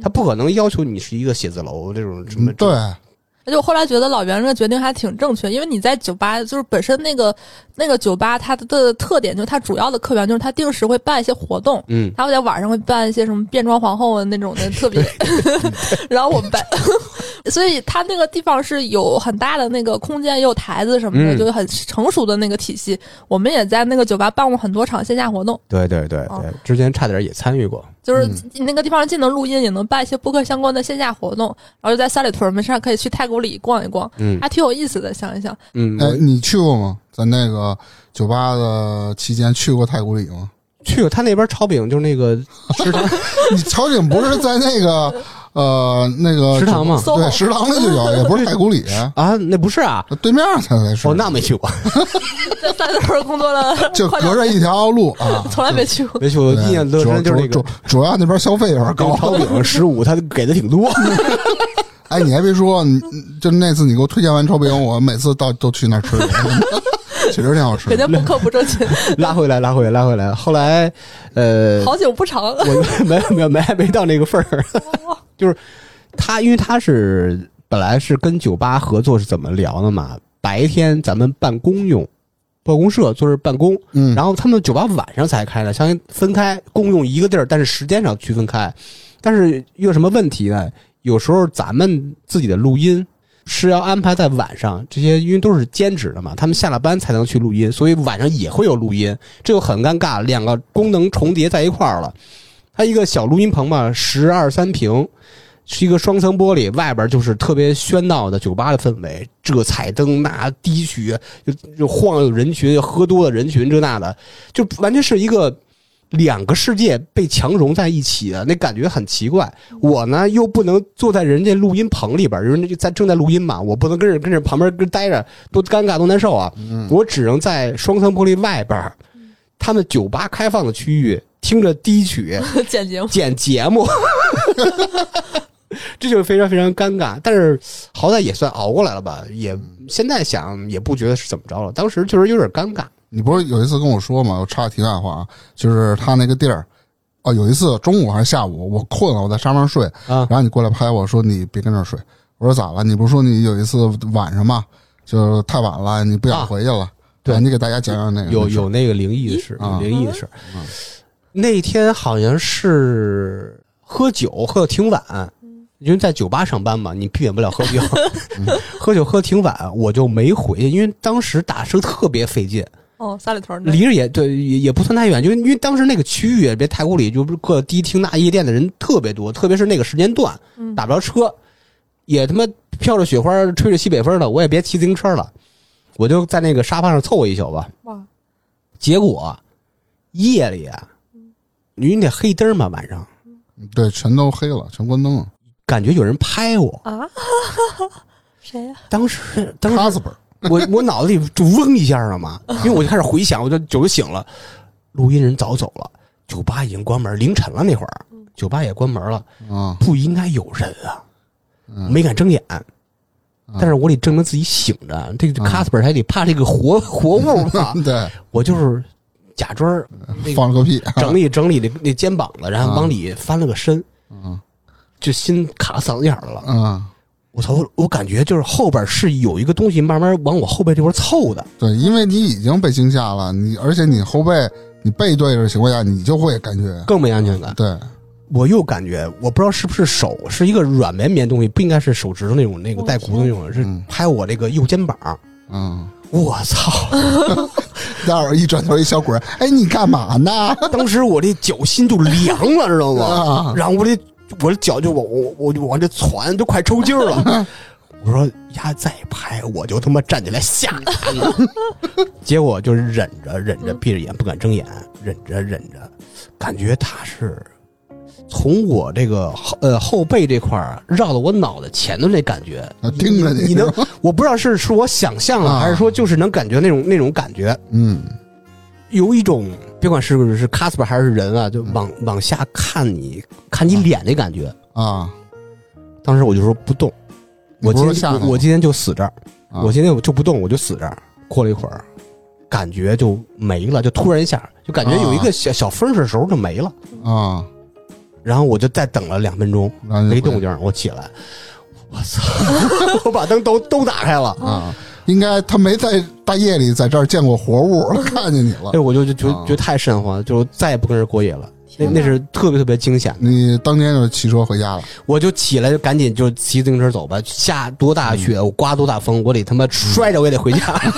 C: 它不可能要求你是一个写字楼这种什么
B: 嗯对，
A: 而且我后来觉得老袁这个决定还挺正确，因为你在酒吧，就是本身那个那个酒吧，它的特点就是它主要的客源就是它定时会办一些活动，
C: 嗯，
A: 他会在晚上会办一些什么变装皇后的那 种的特别，然后我们办， 所以他那个地方是有很大的那个空间，也有台子什么的，
C: 嗯
A: 就是很成熟的那个体系。我们也在那个酒吧办过很多场线下活动，
C: 对对对
A: 哦
C: 对，之前差点也参与过，
A: 就是
C: 嗯
A: 那个地方既能录音，也能办一些播客相关的线下活动，然后就在三里屯儿没事儿可以去太古里逛一逛，
C: 嗯
A: 还挺有意思的。想一想，
C: 嗯，
B: 哎，
C: 我
B: 你去过吗？在那个酒吧的期间去过太古里吗？
C: 去过他那边炒饼，就是那个食 堂，
B: 你朝景不是在那个呃那个
C: 食堂吗
B: 对，食堂里就有，也不是太 古里，
C: 啊，那不是啊，
B: 对面儿才才是。
C: 哦，那没去过，
A: 在三里屯儿工作了
B: 就
A: 快
B: 隔
A: 两，
B: 着一条路啊
A: 从来没去过。
C: 没去过，
B: 对
C: 印象特
B: 主要
C: 深就是那
B: 主
C: 个
B: 主主要那边消费有点
C: 那
B: 高
C: 个。炒饼十五，他给的挺多，
B: 哎，你还别说，你就那次你给我推荐完炒饼，我每次到都去那儿吃去， 确实挺好吃
A: 人。家不客不正 经，
C: 拉回来，拉回来，拉回来。后来，呃，
A: 好景不长。
C: 我 没没没没到那个份儿， 就是他，因为他是本来是跟酒吧合作是怎么聊的嘛？白天咱们办公用，办公社坐这儿办公，
B: 嗯，
C: 然后他们酒吧晚上才开的，相当于分开共用一个地儿，但是时间上区分开。但是又有什么问题呢？有时候咱们自己的录音是要安排在晚上，这些因为都是兼职的嘛，他们下了班才能去录音，所以晚上也会有录音，这就很尴尬，两个功能重叠在一块儿了。它一个小录音棚嘛，十二三平，是一个双层玻璃，外边就是特别喧闹的酒吧的氛围，这彩灯那低曲，就就晃悠人群，喝多了人群这那的，就完全是一个两个世界被强融在一起的，那感觉很奇怪。我呢又不能坐在人家录音棚里边，人家就在正在录音嘛，我不能跟着跟着旁边跟待着，多尴尬多难受啊！我只能在双层玻璃外边，他们酒吧开放的区域听着低曲。
A: 剪节目，
C: 剪节目， 这就是非常非常尴尬。但是好歹也算熬过来了吧，也现在想也不觉得是怎么着了，当时确实有点尴尬。
B: 你不是有一次跟我说嘛？我插个题外话啊，就是他那个地儿，哦，有一次中午还是下午，我困了，我在沙发上睡，
C: 啊
B: 然后你过来拍我说你别跟这儿睡，我说咋了？你不是说你有一次晚上嘛，就是太晚了，你不想回去了？
C: 对
B: 啊你给大家讲讲那个
C: 有
B: 那事儿
C: 有那个灵异的事，
B: 啊
C: 有灵异的事。那天好像是喝酒喝的挺晚，因为在酒吧上班嘛，你避免不了喝酒， 喝酒喝得挺晚，我就没回去，因为当时打车特别费劲。
A: 哦，三里屯儿那
C: 离着也对，也也不算太远，就因为当时那个区域，别太古里就不是各迪厅、那夜店的人特别多，特别是那个时间段，打不着车，也他妈飘着雪花，吹着西北风了，我也别骑自行车了，我就在那个沙发上凑合一宿吧。
A: 哇，
C: 结果夜里啊，因为那黑灯嘛，晚上
B: 对，全都黑了，全关灯了，
C: 感觉有人拍我，
A: 啊， 谁呀、
C: 当时当时
B: 卡斯本儿
C: 我我脑子里就嗡一下了嘛，因为我就开始回想，我就酒就醒了，录音人早走了，酒吧已经关门，凌晨了那会儿，酒吧也关门了，
B: 啊
C: 不应该有人啊，
B: 嗯，
C: 没敢睁眼，但是我得证明自己醒着。这个 Casper 还得怕这个活 活物嘛
B: 对，
C: 我就是假装儿那个
B: 放了个屁，
C: 整理整理那那肩膀子，然后往里翻了个身，
B: 嗯
C: 就心卡嗓子眼儿了。
B: 嗯，
C: 我头我感觉就是后边是有一个东西慢慢往我后背这边凑的，
B: 对，因为你已经被惊吓了，你而且你后背你背对着的情况下，你就会感觉
C: 更没安全感。
B: 对，
C: 我又感觉我不知道是不是手是一个软绵绵的东西，不应该是手指头那种那个带骨头那种，是
B: 嗯
C: 拍我这个右肩膀。
B: 嗯，
C: 我操！
B: 待会儿一转头一小鬼儿，哎，你干嘛呢？
C: 当时我这脚心就凉了，知道
B: 啊
C: 吗？然后我这我这脚就往我我就往这窜，就快抽筋儿 了。我说呀，再拍我就他妈站起来吓他 呢。结果就是忍着忍着，闭着眼不敢睁眼，忍着忍着，感觉他是从我这个后呃后背这块儿绕到我脑袋前头那感觉。
B: 啊盯着你
C: 你能，我不知道是是我想象了，
B: 啊
C: 还是说就是能感觉那种那种感觉。
B: 嗯
C: 有一种别管是不是 Casper 还是人啊，就往往下看你看你脸的感觉。
B: 啊，
C: 当时我就说不动，
B: 你
C: 我
B: 不
C: 今
B: 是
C: 天
B: 吓
C: 我
B: 他吗
C: 我今天就死这儿，
B: 啊
C: 我今天我就不动，我就死这儿。过了一会儿，感觉就没了，就突然一下，就感觉有一个小、小风似的时候就没了。
B: 啊，
C: 然后我就再等了两分钟，
B: 然后就
C: 没
B: 回
C: 动静儿，我起来，我 操！我把灯都都打开了，
B: 啊，应该他没在大夜里在这儿见过活物，看见你了
C: 哎，。我就就觉
B: 啊
C: 觉得太瘆得慌，就再也不跟人过夜了。那
A: 天
C: 那
A: 哪
C: 是特别特别惊险的。
B: 你当天就骑车回家了，
C: 我就起来就赶紧就骑自行车走吧，下多大雪，我刮多大风，我得他妈摔着我也得回家。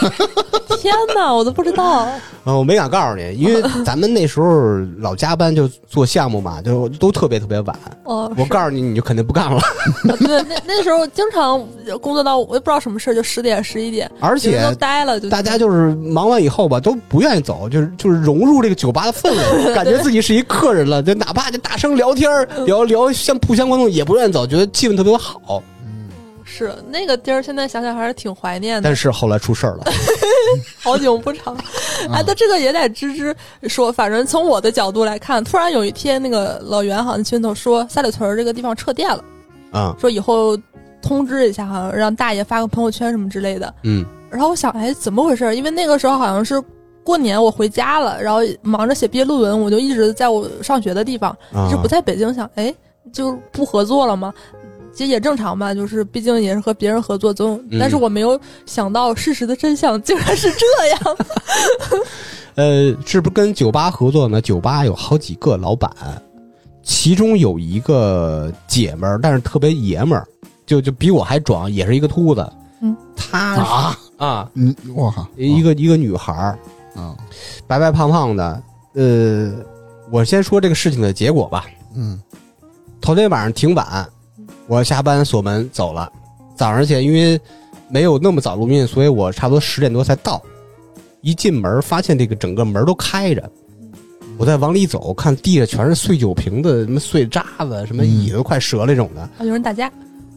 A: 天哪，我都不知道。
C: 啊，我没敢告诉你，因为咱们那时候老加班就做项目嘛，就都特别特别 晚。
A: 哦，
C: 我告诉你，你就肯定不干了。
A: 对，那那时候经常工作到我也不知道什么事儿，就十点十一点，
C: 而
A: 有
C: 且
A: 人都呆了，就
C: 大家就是忙完以后吧，都不愿意走，就是就是融入这个酒吧的氛围， 感觉自己是一客人了，就哪怕就大声聊天儿聊聊像不相关的，也不愿意走，觉得气氛特别好。
A: 是那个地儿，现在想想还是挺怀念的，
C: 但是后来出 事儿了，
A: 好景不长。
C: 嗯
A: 哎，但这个也得芝芝说，反正从我的角度来看，突然有一天，那个老袁好像群头说三里屯儿这个地方撤店了，
C: 啊，
A: 说以后通知一下，好像让大爷发个朋友圈什么之类的。
C: 嗯
A: 然后我想，哎，怎么回事？因为那个时候好像是过年我回家了，然后忙着写毕业论文，我就一直在我上学的地方，
C: 啊
A: 一直不在北京。想，哎，就不合作了吗？其实也正常吧，就是毕竟也是和别人合作，总有。
C: 嗯
A: 但是我没有想到事实的真相竟然是这样。
C: 呃，这不跟酒吧合作呢？酒吧有好几个老板，其中有一个姐们儿，但是特别爷们儿，就就比我还壮，也是一个秃子。
A: 嗯，
C: 她
B: 啊，
C: 啊，
B: 你我靠，
C: 一个一个女孩儿，
B: 啊，
C: 白白胖胖的。呃，我先说这个事情的结果吧。
B: 嗯
C: 头天晚上挺晚，我下班锁门走了。早上起来，因为没有那么早录音，所以我差不多十点多才到。一进门，发现这个整个门都开着。我再往里走，看地上全是碎酒瓶子、什么碎渣子、什么
B: 嗯
C: 椅子快折了这种的。
A: 啊有人打架，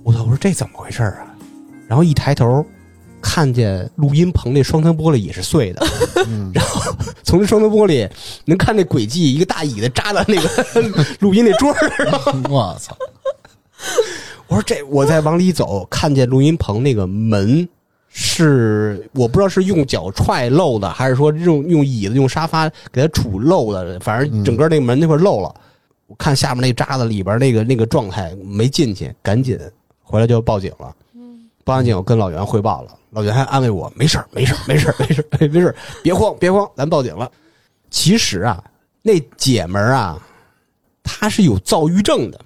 C: 我操！我说这怎么回事儿啊？然后一抬头，看见录音棚那双层玻璃也是碎的，
B: 嗯，
C: 从这双层玻璃能看那轨迹，一个大椅子扎到那个 录音那桌儿上。
B: 我操，
C: 我说这，我再往里走，看见录音棚那个门是我不知道是用脚踹漏的，还是说用用椅子、用沙发给它杵漏的，反正整个那个门那块漏了。我看下面那渣子里边那个那个状态没进去，赶紧回来就报警了。报完警，我跟老袁汇报了，老袁还安慰我：“没事儿，没事儿，没事儿，没事儿，没事儿，别慌，别慌，咱报警了。”其实啊，那姐们儿啊，她是有躁郁症的。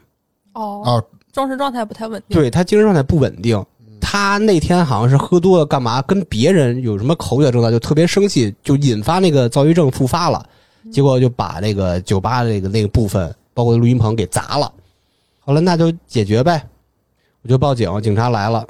A: 哦，
B: 啊，
A: 精神状态不太稳定。
C: 对他精神状态不稳定。他那天好像是喝多了，干嘛跟别人有什么口角争吵，就特别生气，就引发那个躁郁症复发了。结果就把那个酒吧那个那个部分，包括录音棚给砸了。后来那就解决呗，我就报警，警察来了，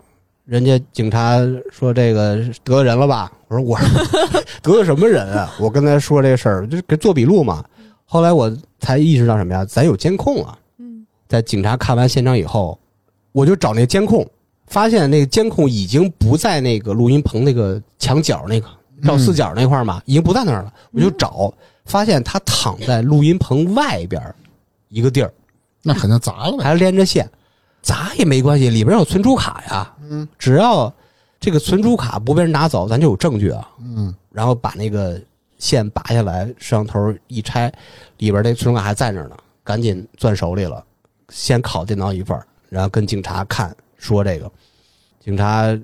C: 人家警察说这个得罪人了吧？我说我 得罪什么人啊？我跟他说这事儿，就是给做笔录嘛。后来我才意识到什么呀？咱有监控啊。
A: 嗯，
C: 在警察看完现场以后，我就找那监控，发现那个监控已经不在那个录音棚那个墙角那个照四角那块儿嘛，已经不在那儿了。我就找，发现他躺在录音棚外边儿一个地儿，哎
B: 那肯定砸了呗，
C: 还连着线，砸也没关系，里边有存储卡呀。嗯，只要这个存储卡不被人拿走，咱就有证据啊。
B: 嗯，
C: 然后把那个线拔下来，摄像头一拆，里边那存储卡还在那儿呢，赶紧攥手里了，先拷电脑一份儿，然后跟警察看说这个，警察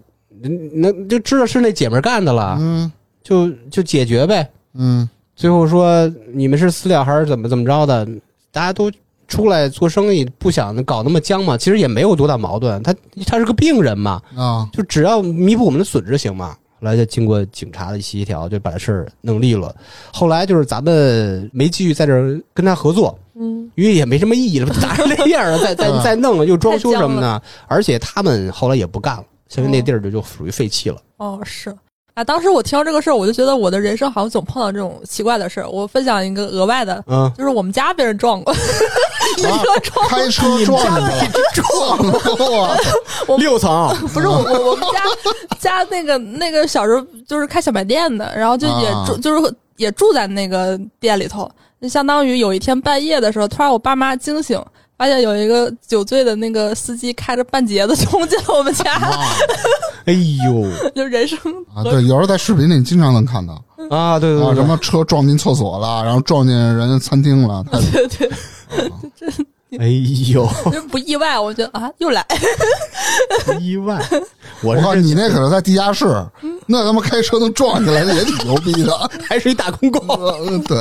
C: 嗯那就知道是那姐们儿干的了，
B: 嗯
C: 就就解决呗。
B: 嗯
C: 最后说你们是私了还是怎么怎么着的，大家都出来做生意，不想搞那么僵嘛。其实也没有多大矛盾，他他是个病人嘛，
B: 啊，
C: 就只要弥补我们的损失行吗？后来就经过警察的协调，就把这事儿弄利落。后来就是咱们没继续在这儿跟他合作，
A: 嗯，
C: 因为也没什么意义了， 打成那样了，再再
B: 嗯
C: 再弄了又装修什么
A: 太僵
C: 的。而且他们后来也不干了，相当于那地儿就就属于废弃了。
A: 哦，是。啊，当时我听到这个事儿，我就觉得我的人生好像总碰到这种奇怪的事儿。我分享一个额外的，
C: 嗯，
A: 就是我们家被人撞 过，一
B: 啊
A: 车撞
B: 开车撞了， 撞了，
C: 六 层，
A: 不是我我我们家家那个那个小时候就是开小卖店的，然后就也
B: 啊
A: 住、就是也住在那个店里头，就相当于有一天半夜的时候，突然我爸妈惊醒，发现有一个酒醉的那个司机开着半截子冲进了我们家，
B: 啊，
C: 哎呦
A: 就人生
B: 啊对，有时候在视频里经常能看到
C: 啊，对对
B: 啊，
C: 对，
B: 什么车撞进厕所了，然后撞进人家餐厅了，太
A: 对对，
C: 哎呦，
A: 就不意外，我觉得啊又来，
C: 意 外，
B: 我
C: 我是
B: 告诉
C: 真
B: 你，那可是在地下室，
C: 嗯
B: 那他妈开车能撞起来，那也挺牛逼的。
C: 还是一打公公。
B: 呃对，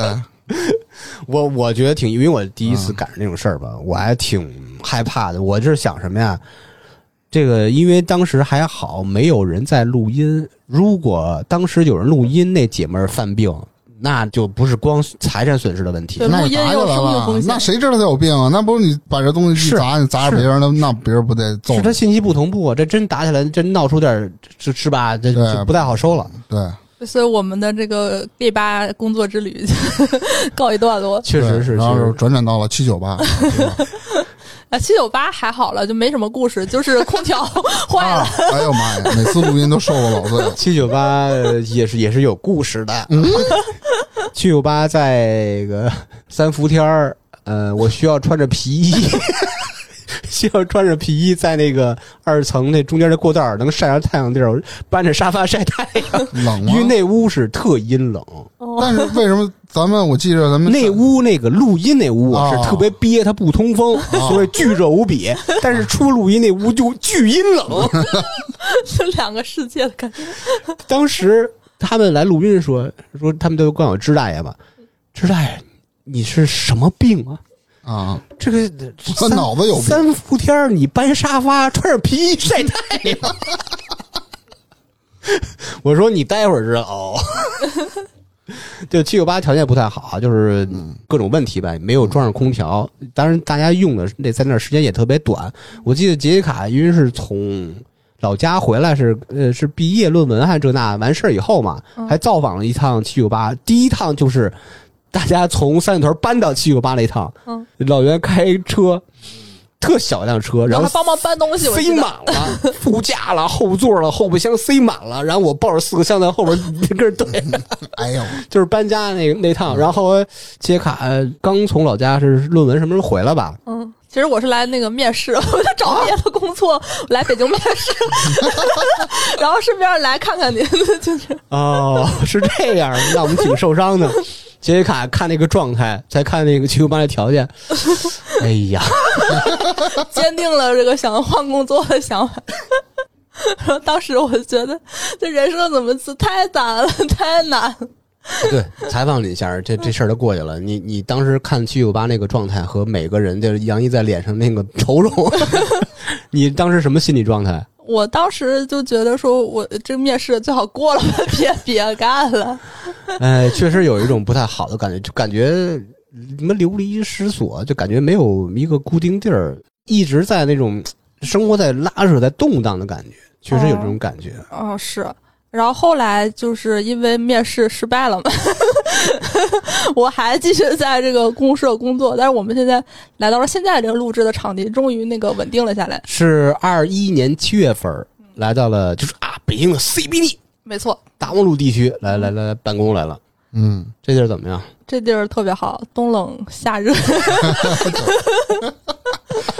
C: 我我觉得挺，因为我第一次赶上那种事儿吧，我还挺害怕的。我这是想什么呀？这个因为当时还好没有人在录音，如果当时有人录音，那姐们儿犯病，那就不是光财产损失的问题
A: 对。
B: 那
A: 录
B: 你
A: 音
B: 砸
A: 有
B: 下来
A: 生命
B: 了
A: 风，险
B: 那谁知道他有病啊？那不是你把这东西一
C: 是
B: 砸，你砸着别人，那那别人不得揍
C: 是
B: 你？
C: 他信息不同步，啊这真打起来，真闹出点儿是是吧？这
B: 对
C: 就不太好收了。
B: 对，
A: 所以我们的这个 gay 吧工作之旅 告一段落。
C: 确实
B: 对
C: 是，
B: 然
C: 确
B: 后
C: 实
B: 转转到了七九八， 对吧
A: 啊，七九八还好了，就没什么故事，就是空调 坏了
B: 啊。，哎呦妈呀，每次录音都受过老 罪了。
C: 七九八也是也是有故事的。 七九八在个三伏天儿，呃，我需要穿着皮衣， 需要穿着皮衣在那个二层那中间的过道儿能晒着太阳地儿，我搬着沙发晒太阳，
B: 冷吗
C: 因？为那屋是特阴冷，
B: 但是为什么咱们我记着咱们
C: 那屋那个录音那屋啊
B: 哦
C: 是特别憋，它不通风，所以巨热无比。但是出录音那屋就巨阴冷。
A: 这两个世界的感觉。
C: 当时他们来录音说说他们都管我支大爷嘛，支大爷你是什么病啊？
B: 啊
C: 这个
B: 他脑子有病
C: 三伏天儿你搬沙发，穿着皮衣晒太阳。 我说你待会儿知道 哦。就七九八条件不太好，啊就是各种问题呗，没有装上空调。当然，大家用的那在那儿时间也特别短。我记得杰西卡因为是从老家回来是呃是毕业论文还是这那完事儿以后嘛，还造访了一趟七九八。第一趟就是大家从三里屯搬到七九八那一趟，
A: 嗯
C: 老袁开车，特小一辆车，然
A: 我
C: 后
A: 还帮忙搬东西，我
C: 塞
A: 记得
C: 满了副驾了、后座了、后备箱塞满了，然后我抱着四个箱在后边跟着怼，
B: 哎呦
C: 就是搬家那那趟。然后杰卡呃刚从老家是论文什么时候回来吧？
A: 嗯，其实我是来那个面试， 我在找别的工作，我来北京面试，然后顺便来看看您，就是
C: 哦，是这样，那我们挺受伤 的。杰西卡看那个状态，再看那个七九八的条件， 哎呀，
A: 坚定了这个想换工作的想法。 然后当时我就觉得，这人生怎么是太难了，太难了。
C: 对，采访你一下，这这事儿就过去了。你你当时看七九八那个状态和每个人的洋溢在脸上那个愁容， 你当时什么心理状态？
A: 我当时就觉得，说我这面试最好过了吧，别别干了。
C: 哎，确实有一种不太好的感觉，就感觉什么流离失所，就感觉没有一个固定地儿，一直在那种生活在拉扯、在动荡的感觉，确实有这种感觉。
A: 哦，是。然后后来就是因为面试失败了嘛， 我还继续在这个公社工作，但是我们现在来到了现在这个录制的场地，终于那个稳定了下来。
C: 是二一年七月份儿来到了，就是啊，北京的 CBD
A: 没错，
C: 大望路地区，来来来办公来了。
B: 嗯，
C: 这地儿怎么样？
A: 这地儿特别好，冬冷夏热。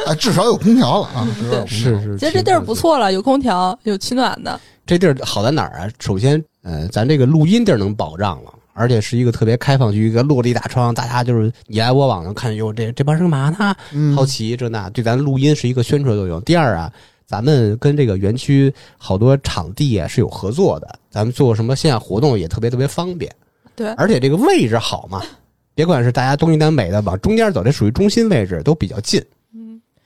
B: 哎，至少有空调了啊，至少有空调
C: 是，
A: 其实这地儿不。错了，有空调，有取暖的。
C: 这地儿好在哪儿啊？首先，呃，咱这个录音地儿能保障了，而且是一个特别开放区，一个落地大窗，大家就是你来我往的看，哟，这这帮人干嘛呢？
B: 嗯
C: 好奇这那，对咱录音是一个宣传作用。第二啊，咱们跟这个园区好多场地啊是有合作的，咱们做什么线下活动也特别特别方便。
A: 对
C: 而且这个位置好嘛，别管是大家东西南北的，往中间走，这属于中心位置，都比较近。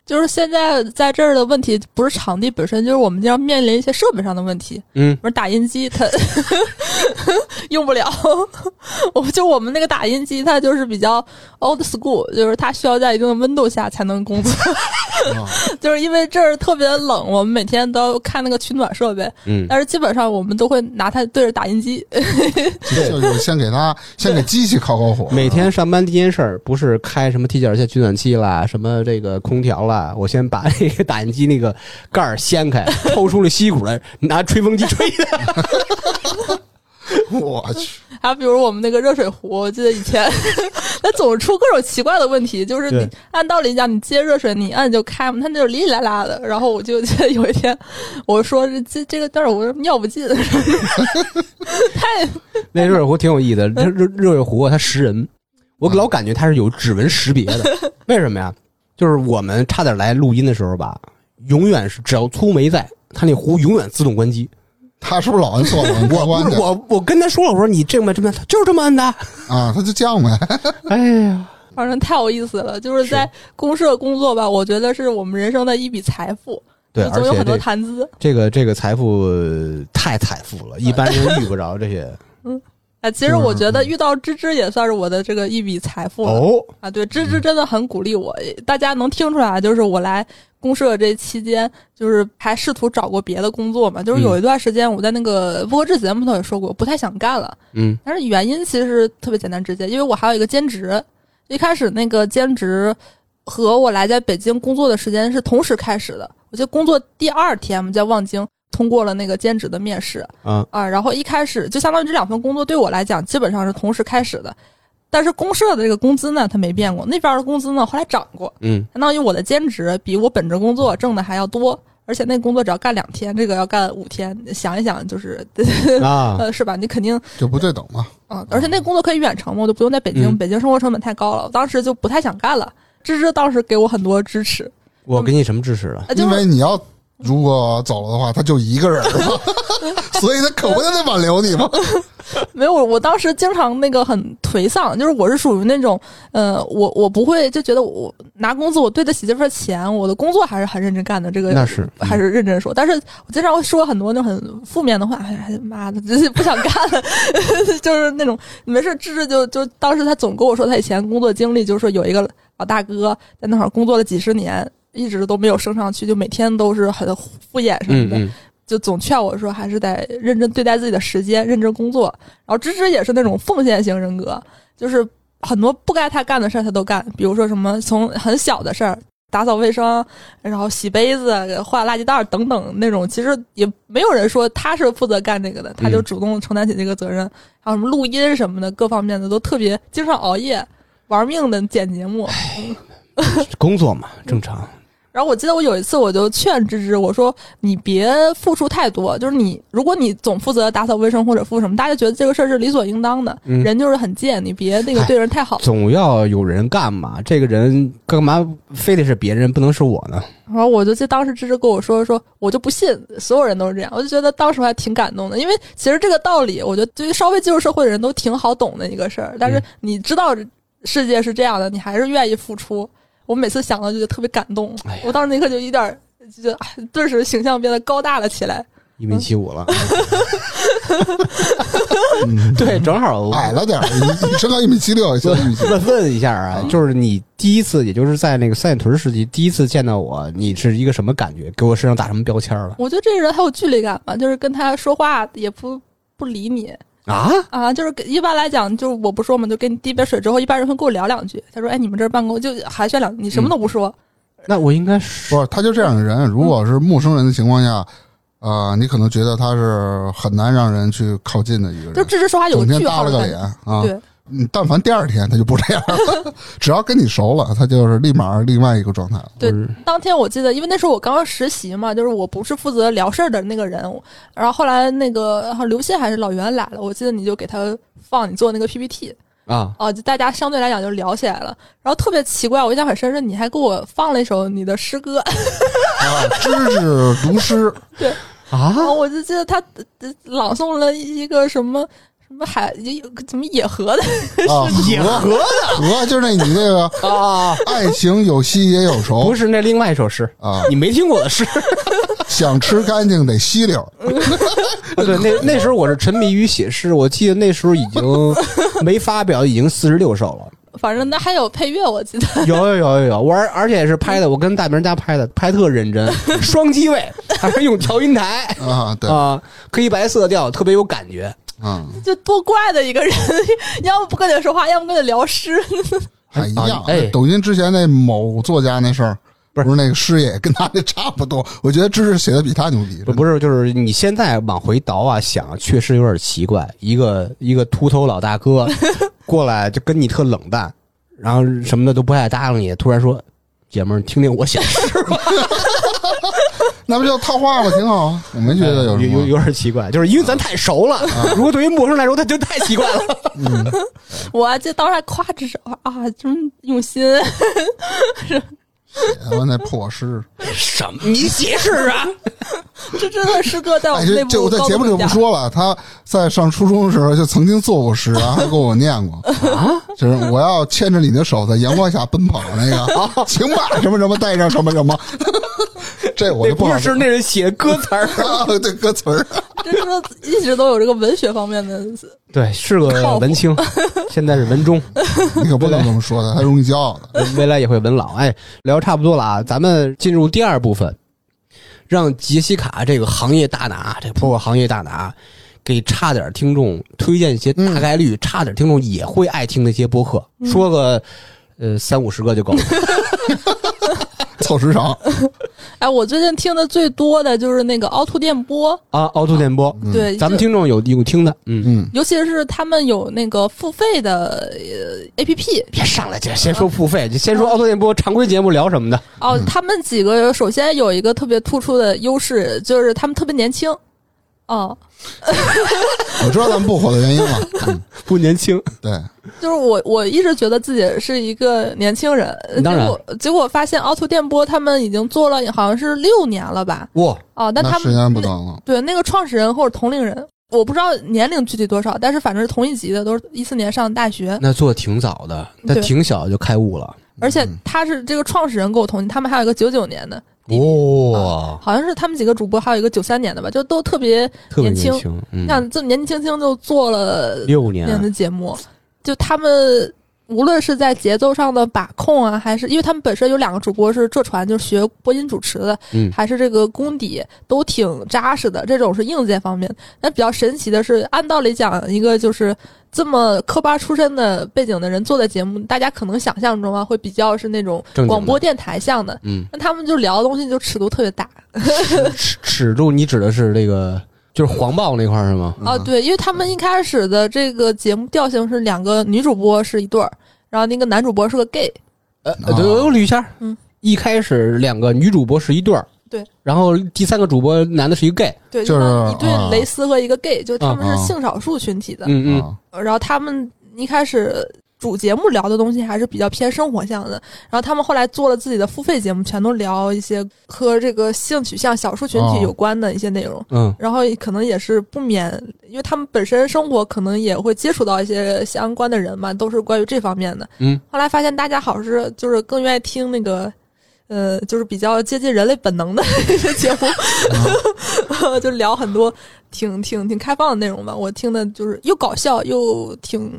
A: 就是现在在这儿的问题不是场地本身，就是我们将面临一些设备上的问题。
C: 嗯
A: 比，如打印机它 用不了，我就我们那个打印机它就是比较 old school，就是它需要在一定的温度下才能工作，
B: 啊
A: 就是因为这儿特别冷，我们每天都要看那个取暖设备，
C: 嗯，
A: 但是基本上我们都会拿它对着打印机，
B: 就就先给它先给机器烤烤火，
C: 每天上班第一件事儿不是开什么 T 脚线取暖器啦，什么这个空调啦，我先把这个打印机那个盖儿掀开，抽出了吸骨来，拿吹风机吹的。
B: 我去，
A: 还有比如我们那个热水壶，我记得以前 它总是出各种奇怪的问题，就是你
C: 对
A: 按道理讲，你接热水你按就开嘛，它那就哩哩啦啦的。然后我就记得有一天，我说这这个但是我尿不尽，太
C: 那热水壶挺有意思的，热热热水壶啊它识人，我老感觉它是有指纹识别的，为什么呀？就是我们差点来录音的时候吧，永远是只要粗梅在，它那壶永远自动关机。
B: 他是不是老按错了？你过关
C: 不
B: 去
C: 是我我跟他说了，我说你这么这么就是这么摁的。
B: 啊，他就降呗。
C: 哎呀，
A: 反正太有意思了。就是在公社工作吧，我觉得是我们人生的一笔财富，
C: 对，
A: 就
C: 而
A: 总有
C: 且
A: 很
C: 这
A: 多谈资。
C: 这个这个财富呃太财富了，一般人遇不着这 些。
A: 啊，其实我觉得遇到芝芝也算是我的这个一笔财富了。
C: 嗯哦，
A: 啊，对，芝芝真的很鼓励我，大家能听出来，就是我来公社这期间，就是还试图找过别的工作嘛，就是有一段时间我在那个播制节目头也说过，不太想干了，
C: 嗯
A: 但是原因其实特别简单直接，因为我还有一个兼职，一开始那个兼职和我来在北京工作的时间是同时开始的，我就工作第二天我们在望京通过了那个兼职的面试，
C: 啊，
A: 啊，然后一开始就相当于这两份工作对我来讲基本上是同时开始的，但是公社的这个工资呢，它没变过，那边的工资呢后来涨过，
C: 嗯，
A: 相当于我的兼职比我本职工作挣的还要多，而且那工作只要干两天，这个要干五天，想一想就是，
C: 啊，
A: 呃，是吧？你肯定，
B: 就不对等嘛。
A: 嗯，而且那工作可以远程嘛，我就不用在北京，
C: 嗯
A: 北京生活成本太高了，我当时就不太想干了。芝芝当时给我很多支持，
C: 我给你什么支持了？
A: 啊，就
B: 因为
A: 是
B: 你要如果走了的话，他就一个人了， 所以他可不就得挽留你吗？
A: 没有，我当时经常那个很颓丧，就是我是属于那种，呃，我我不会就觉得我拿工资我对得起这份钱，我的工作还是很认真干的，这个
C: 那是
A: 还是认真说，但是我经常会说很多那种很负面的话，哎呀妈的，就是不想干了，就是那种没事，芝芝就就当时他总跟我说他以前工作经历，就是说有一个老大哥在那会儿工作了几十年，一直都没有升上去，就每天都是很敷衍什么
C: 嗯
A: 的，
C: 嗯，
A: 就总劝我说还是得认真对待自己的时间，认真工作。然后芝芝也是那种奉献型人格，就是很多不该他干的事儿他都干，比如说什么从很小的事儿。打扫卫生，然后洗杯子、换垃圾袋儿等等那种，其实也没有人说他是负责干这个的，他就主动承担起这个责任。还有什么录音什么的，各方面的都特别经常熬夜，玩命的剪节目。
C: 工作嘛，正常。
A: 然后我记得我有一次，我就劝芝芝，我说你别付出太多，就是你如果你总负责打扫卫生或者付什么，大家觉得这个事儿是理所应当的，
C: 嗯
A: 人就是很贱，你别那个
C: 嗨
A: 对人太好。
C: 总要有人干嘛，这个人干嘛非得是别人，不能是我呢？
A: 然后我就记得当时芝芝跟我说，说我就不信所有人都是这样，我就觉得当时我还挺感动的，因为其实这个道理，我觉得对于稍微进入社会的人都挺好懂的一个事儿，但是
C: 嗯
A: 你知道世界是这样的，你还是愿意付出。我每次想到就觉得特别感动，
C: 哎呀
A: 我当时那刻就有点儿就觉得哎顿时形象变得高大了起来。
C: 一米 七五了，
B: 嗯，
C: 对，正好我
B: 矮了点儿，你你身高一米七六，现在一米七。
C: 问问一下 啊，就是你第一次，也就是在那个三里屯时期第一次见到我，你是一个什么感觉？给我身上打什么标签了？
A: 我觉得这人很有距离感吧，就是跟他说话也不不理你
C: 啊？
A: 啊，就是给一般来讲，就是我不说嘛，就给你递杯水之后，一般人会跟我聊两句。他说：“哎，你们这儿办公就寒暄两句，你
B: 嗯
A: 什么都不说。
C: 那我应该是
B: 不是，他就这样的人。如果是陌生人的情况下，呃，你可能觉得他是很难让人去靠近的一个
A: 就
B: 人，
A: 芝芝说话有
B: 整天
A: 句
B: 耷
A: 号
B: 拉
A: 的
B: 个
A: 感
B: 脸
A: 觉。
B: 啊。
A: 对，
B: 你但凡第二天他就不这样 了，只要跟你熟了，他就是立马另外一个状态了。
A: 对，当天我记得，因为那时候我刚刚实习嘛，就是我不是负责聊事儿的那个人，然后后来那个刘鑫还是老袁来了，我记得你就给他放你做那个 PPT
C: 啊，
A: 啊，就大家相对来讲就聊起来了，然后特别奇怪，我印象很深是你还给我放了一首你的诗歌，
B: 啊，知识读诗，
A: 对
C: 啊
A: 然后我就记得他呃朗诵了一个什么。什么海什么野河的，
B: 啊，
C: 河
B: 和就是那你那个
C: 啊，
B: 爱情有稀也有熟
C: 不是那另外一首诗
B: 啊，
C: 你没听过的 诗。
B: 想吃干净得吸溜儿
C: 对，那那时候我是沉迷于写诗，我记得那时候 已经没发表，已经四十六首了。
A: 反正那还有配乐，我记得
C: 有有有有有，我而而且是拍的，我跟大明家拍的，拍特认 真，双机位，还是用调音台
B: 啊，对，
C: 啊，黑白色调，特别有感觉。
B: 嗯，
A: 就多怪的一个人，要么不跟你说话，要么跟你聊诗。
B: 还一样
C: 啊。哎
B: 抖音之前那某作家那事儿，
C: 不
B: 不
C: 是
B: 是那个师爷跟他那差不多，我觉得知识写的比他牛逼。
C: 不不是，就是你现在往回倒啊，想确实有点奇怪，一个一个秃头老大 哥过来就跟你特冷淡，然后什么的都不爱搭理你，突然说：“姐们儿，听听我写诗。
B: 那不就套话吗？挺好啊，我没觉得有
C: 有啊
B: 什
C: 哎有
B: 么。
C: 有点奇怪，就是因为咱太熟了。如果对于陌生人来说，他就太奇怪了。
A: 我还记得当时还夸这首啊，真用心。
B: 我那破诗，
C: 什么？你写诗啊？
A: 这真的诗歌在我
B: 哎，
A: 们内
B: 这
A: 部
B: 这我在
A: 高
B: 节目
A: 度
B: 里 就
A: 评
B: 不
A: 价
B: 说了。他在上初中的时候就曾经做过诗，然后还给我念过啊，就是我要牵着你的手在阳光下奔跑那
A: 啊
B: 个，请把什么什么带上什么什么，这我
C: 那
B: 就
C: 不
B: 好
C: 是诗，那是写歌词儿。
B: 啊， 对歌词儿，
A: 这 真的一直都有这个文学方面的。
C: 对，是
A: 靠谱
C: 个文 青，现在是文中，
B: 你可不能这么说他，他容易骄傲的。
C: 未来也会文老。哎，聊差不多了啊，咱们进入第二部分，让杰西卡这个行业大拿，这破行业大拿，给差点听众推荐一些大概率、差点听众也会爱听的一些播客，说个呃三五十个就够 了。
B: 凑时长，
A: 哎，我最近听的最多的就是那个凹凸电波，
C: 啊，凹凸电波，嗯
A: 对，
C: 咱们
A: 就。
C: 听众有有听的，嗯，
B: 嗯，
A: 尤其是他们有那个付费的呃 A P P
C: 别上来就先说付费，就先说凹凸电波常规节目聊什么 的
A: 哦，他们几个首先有一个特别突出的优势，就是他们特别年轻，哦，
B: 我知道咱们不火的原因了。嗯，
C: 不年轻，
B: 对，
A: 就是我我一直觉得自己是一个年轻人，
C: 当然
A: 结果结果发现凹凸电波他们已经做了好像是六年了吧，
C: 哇，
A: 哦，但
B: 那
A: 他
B: 时
A: 们
B: 间 不
A: 那
B: 等了。
A: 对那个创始人或者同龄人，我不知道年龄具体多少，但是反正是同一级的，都是一四年上大学，
C: 那做的挺早的，他
A: 对
C: 挺小就开悟了，
A: 而且他是这个创始人跟我同级，他们还有一个九九年的，
C: 哇，
A: 好像是他们几个主播还有一个九三年的吧，就都特别
C: 特别
A: 年轻
C: 年轻，嗯，
A: 像这么年纪轻轻就做了
C: 六
A: 这
C: 年
A: 样的节目，就他们无论是在节奏上的把控啊，还是因为他们本身有两个主播是浙传，就是学播音主持的，
C: 嗯
A: 还是这个功底都挺扎实的。这种是硬件方面，但比较神奇的是，按道理讲，一个就是。这么科班出身的背景的人做的节目，大家可能想象中啊，会比较是那种
C: 正经的
A: 广播电台像的，
C: 嗯，
A: 那他们就聊的东西就尺度特别大，
C: 尺尺度你指的是这个就是黄暴那块儿是吗？
A: 哦，对，因为他们一开始的这个节目调性是两个女主播是一对儿，然后那个男主播是个 gay，
C: 呃，
B: 啊
C: 呃对，我捋一下，
A: 嗯，
C: 一开始两个女主播是一对儿，
A: 对，
C: 然后第三个主播男的是一个 gay，
A: 对，
B: 就是
A: 一对
B: 啊
A: 蕾丝和一个 gay，就是他们
B: 啊
A: 是
B: 啊
A: 性少数群体的。
C: 嗯嗯，
B: 啊，
A: 然后他们一开始主节目聊的东西还是比较偏生活向的，然后他们后来做了自己的付费节目，全都聊一些和这个性取向少数群
B: 哦
A: 体有关的一些内容。
C: 嗯，
A: 然后可能也是不免，因为他们本身生活可能也会接触到一些相关的人嘛，都是关于这方面的。
C: 嗯，
A: 后来发现大家好像是就是更愿意听那个，呃，就是比较接近人类本能的一些节目， 就聊很多挺挺挺开放的内容吧。我听的就是又搞笑又挺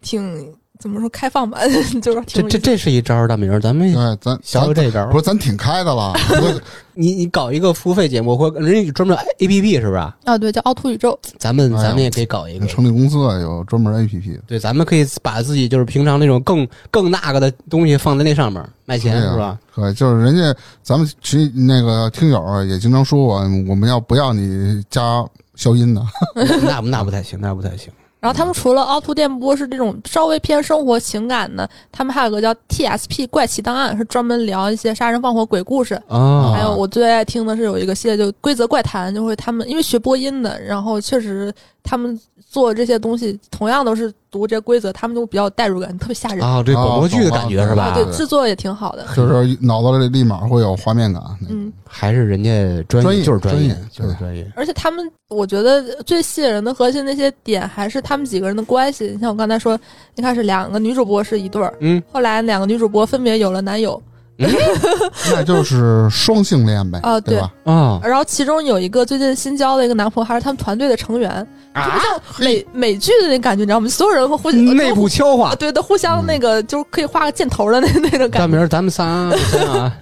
A: 挺怎么说开放吧， 就是挺有
C: 这
A: 意
C: 这
A: 思
C: 这是一招儿，大明儿，咱们
B: 对，咱
C: 学学
B: 咱
C: 这招儿
B: 嗯不。是咱挺开的了，我
C: 你你搞一个付费节目，或者人家专门哎 A P P 是不是啊？
A: 啊，对，叫凹凸宇宙。
C: 咱们
B: 哎呀
C: 咱们也可以搞一个，
B: 成立公司啊有专门 APP 的。
C: 对，咱们可以把自己就是平常那种更更那个的东西放在那上面卖
B: 对啊
C: 钱，
B: 呀
C: 是吧？
B: 可就是人家咱们群那个听友啊也经常说我，我们要不要你加消音的？
C: 那那不那不太行，那不太行。
A: 然后他们除了凹凸电波是这种稍微偏生活情感的，他们还有个叫 TSP 怪奇档案，是专门聊一些杀人放火鬼故事。
C: 啊
A: 还有我最爱听的是有一个系列就规则怪谈，就会他们因为学播音的，然后确实他们做这些东西同样都是读这规则，他们就比较有代入感，特别吓人。
C: 啊，对广播剧的感觉是吧
B: 啊？
A: 对，制作也挺好的。
B: 就是脑子里立马会有画面感。
A: 嗯，
C: 还是人家专
B: 专业
C: 就是专
B: 专业
C: 就是专业。
A: 而且他们，我觉得最吸引人的核心那些点还是他们几个人的关系。你像我刚才说，一开始两个女主播是一对儿，
C: 嗯，
A: 后来两个女主播分别有了男友，
B: 那就是双性恋呗，
A: 啊
B: 对吧？
C: 啊
A: 然后其中有一个最近新交的一个男朋友，还是他们团队的成员，就不
C: 哎
A: 像美美剧的那感觉，你知道吗？所有人会互相
C: 内部消
A: 啊，
C: 化。
A: 对的，互
C: 嗯
A: 相那个就是可以画个箭头的那 那种感
C: 大
A: 觉。
C: 明儿，咱们 仨，啊咱俩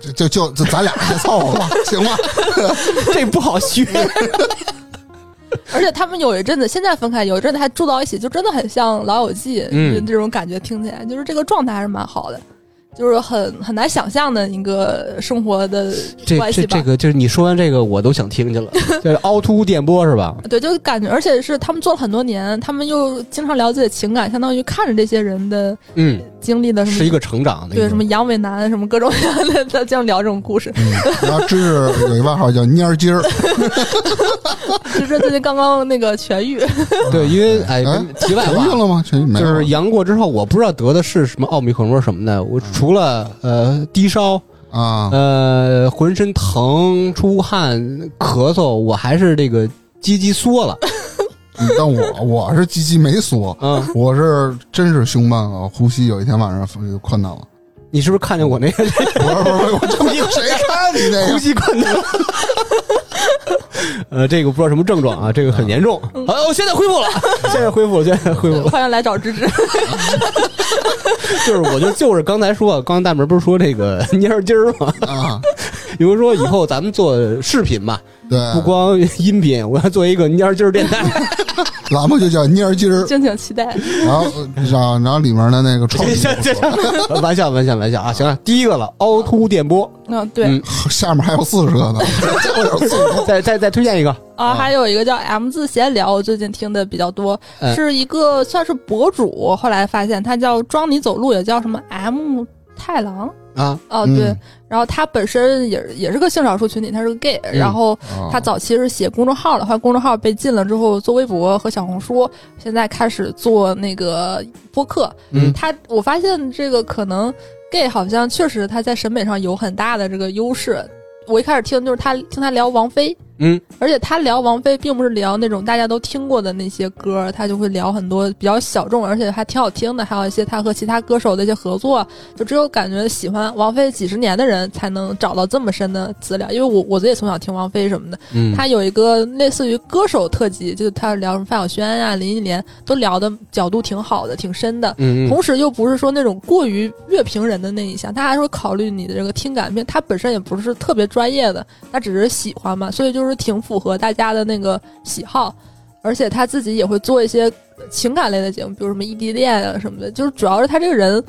B: 就就就就咱俩别凑合吧，行吧？
C: 这不好学。
A: 而且他们有一阵子现在分开，有一阵子还住到一起，就真的很像《老友记》
C: 嗯
A: 这种感觉，听起来就是这个状态还是蛮好的，就是很很难想象的一个生活的
C: 这
A: 关系
C: 这
A: 吧。
C: 这个就是你说完这个，我都想听去了。 这是凹凸电波是吧？
A: 对，就感觉，而且是他们做了很多年，他们又经常了解情感，相当于看着这些人的
C: 嗯，
A: 经历的什么
C: 是一个成长的一
A: 对
C: 个
A: 什么阳痿男什么各种各样的， 他这样聊这种故事。
B: 嗯，然后芝芝有一外号叫蔫儿筋儿，
A: 就是最近刚刚那个痊愈，
C: 对，因为哎
B: 哎，
C: 题外
B: 痊
C: 话
B: 愈，了吗？痊愈没有？
C: 就是阳过之后，我不知道得的是什么奥密克戎什么的。我除了呃低烧，
B: 啊，
C: 呃浑身疼、出汗、咳嗽，我还是这个鸡鸡缩了。
B: 但我我是鸡鸡没缩，
C: 嗯，
B: 我是真是胸闷啊，呼吸有一天晚上困难了。
C: 你是不是看见我那个
B: 我说不是，我这么一谁看你那
C: 呼
B: 个？
C: 吸困 难？呃，这个不知道什么症状啊，这个很严重。哎，我现在恢复了，现在恢复了，现在恢复了。
A: 欢迎来找芝芝。
C: 就是我就就是刚才说，刚才大明不是说这个蔫儿筋儿 吗？
B: 啊，
C: 比如说以后咱们做视频嘛，
B: 对，
C: 不光音频，我要做一个蔫儿筋儿电 台。
B: 栏目就叫蔫儿筋儿，
A: 敬请期待。
B: 然后然后然后里面的那个超级
C: 这 这这，玩笑玩笑玩笑啊！行了，第一个了，凹凸电波，
A: 嗯，对
C: 嗯
B: 下面还有四十个呢，这有点四十。
C: 再再再推荐一个，
A: 啊，还有一个叫 M 字闲聊，我最近听的比较多，
C: 嗯
A: 是一个算是博主，后来发现他叫庄尼走路，也叫什么 M 太郎。
C: 啊，
A: 哦，
B: 嗯
A: 对，然后他本身也也是个性少数群体，他是个 gay，、
C: 嗯
A: 然后
B: 啊
A: 他早期是写公众号的，后来公众号被禁了之后，做微博和小红书，现在开始做那个播客。
C: 嗯
A: 他我发现这个可能 gay 好像确实他在审美上有很大的这个优势。我一开始听就是他听他聊王菲，
C: 嗯
A: 而且他聊王菲并不是聊那种大家都听过的那些歌，他就会聊很多比较小众，而且还挺好听的，还有一些他和其他歌手的一些合作，就只有感觉喜欢王菲几十年的人才能找到这么深的资料。因为我我自己从小听王菲什么的，
C: 嗯，
A: 他有一个类似于歌手特辑，就是他聊什么范晓萱啊、林忆莲，都聊的角度挺好的，挺深的。
C: 嗯嗯
A: 同时又不是说那种过于乐评人的那一项，他还是会考虑你的这个听感，并且他本身也不是特别专业的，他只是喜欢嘛，所以就是挺符合大家的那个喜好，而且他自己也会做一些情感类的节目，比如什么异地恋啊什么的，就是主要是他这个人，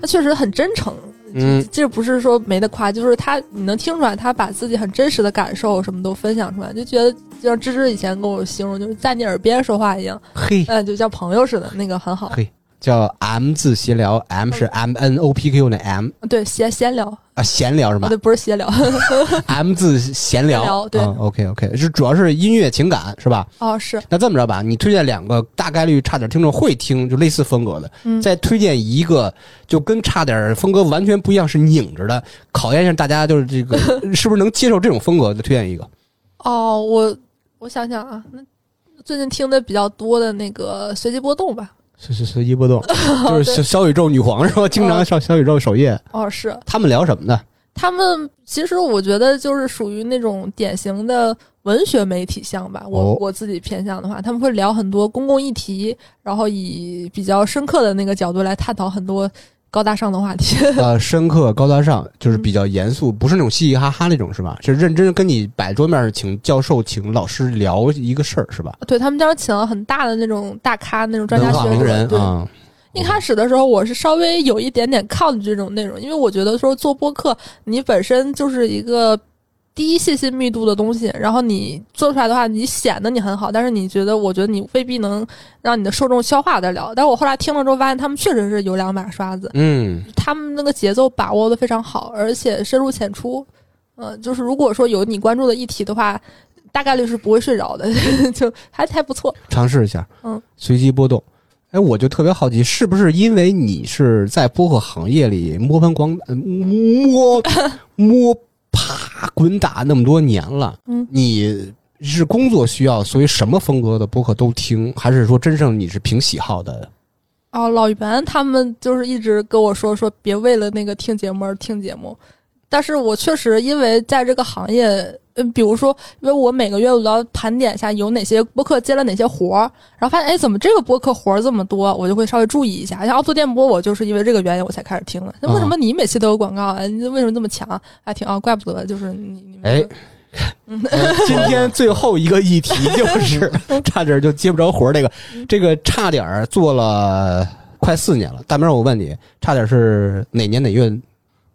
A: 他确实很真诚。
C: 嗯
A: 这这不是说没得夸，就是他，你能听出来，他把自己很真实的感受什么都分享出来，就觉得就像芝芝以前跟我形容，就是在你耳边说话一样，
C: 嘿，
A: 嗯，就像朋友似的，那个很好。
C: 叫 M 字闲聊，M 是 M N O P Q 那 M
A: 对，闲闲聊，哦
C: 啊，闲聊是吧
A: 对，不是闲 聊，
C: ？M 字闲
A: 闲
C: 聊
A: 聊，对
C: o k OK，是主要是音乐情感是吧？
A: 哦，是，
C: 那这么着吧，你推荐两个大概率差点听众会听，就类似风格的，
A: 嗯
C: 再推荐一个就跟差点风格完全不一样，是拧着的，考验一下大家就是 这个是不是能接受这种风格？再推荐一个，
A: 哦，我我想想啊，那最近听的比较多的那个随机波动吧，
C: 随随随机 波动，就是小小宇宙女皇是吧？经常上小宇宙首页，
A: 哦，是
C: 他们聊什 么呢？
A: 他们其实我觉得就是属于那种典型的文学媒体向吧，我、
C: 哦
A: 我自己偏向的话，他们会聊很多公共议题，然后以比较深刻的那个角度来探讨很多高大上的话题。
C: 呃，深刻高大上，就是
A: 嗯
C: 比较严肃，不是那种嘻嘻哈哈那种是吧？是认真跟你摆桌面，请教授、请老师聊一个事儿是吧？
A: 对他们当时请了很大的那种大咖，那种专家
C: 文化
A: 学
C: 名
A: 者，
C: 人
A: 对，
C: 啊，
A: 一开始的时候，我是稍微有一点点抗拒这种内容，因为我觉得说做播客，你本身就是一个低信息密度的东西，然后你做出来的话，你显得你很好，但是你觉得，我觉得你未必能让你的受众消化得了。但我后来听了之后发现，他们确实是有两把刷子，
C: 嗯，
A: 他们那个节奏把握的非常好，而且深入浅出。呃，就是如果说有你关注的议题的话，大概率是不会睡着的， 就还还不错。
C: 尝试一下，
A: 嗯，
C: 随机波动。哎，我就特别好奇，是不是因为你是在播客行业里摸盆广 呃摸摸爬滚打那么多年了，
A: 嗯，
C: 你是工作需要，所以什么风格的播客都听，还是说真正你是凭喜好的？
A: 哦，老袁他们就是一直跟我说说别为了那个听节目而听节目，但是我确实因为在这个行业，嗯，比如说，因为我每个月我都要盘点一下有哪些播客接了哪些活儿，然后发现哎，怎么这个播客活儿这么多，我就会稍微注意一下。像凹凸电波，我就是因为这个原因我才开始听的。那为
C: 啊
A: 什么你每期都有广告？哎，你为什么这么强？还挺啊，怪不得就是你你们
C: 哎，
B: 哎
C: 今天最后一 个议题就是
A: 嗯
C: 差点就接不着活儿，这个这个差点儿做了快四年了。大明儿，我问你，差点是哪年哪月？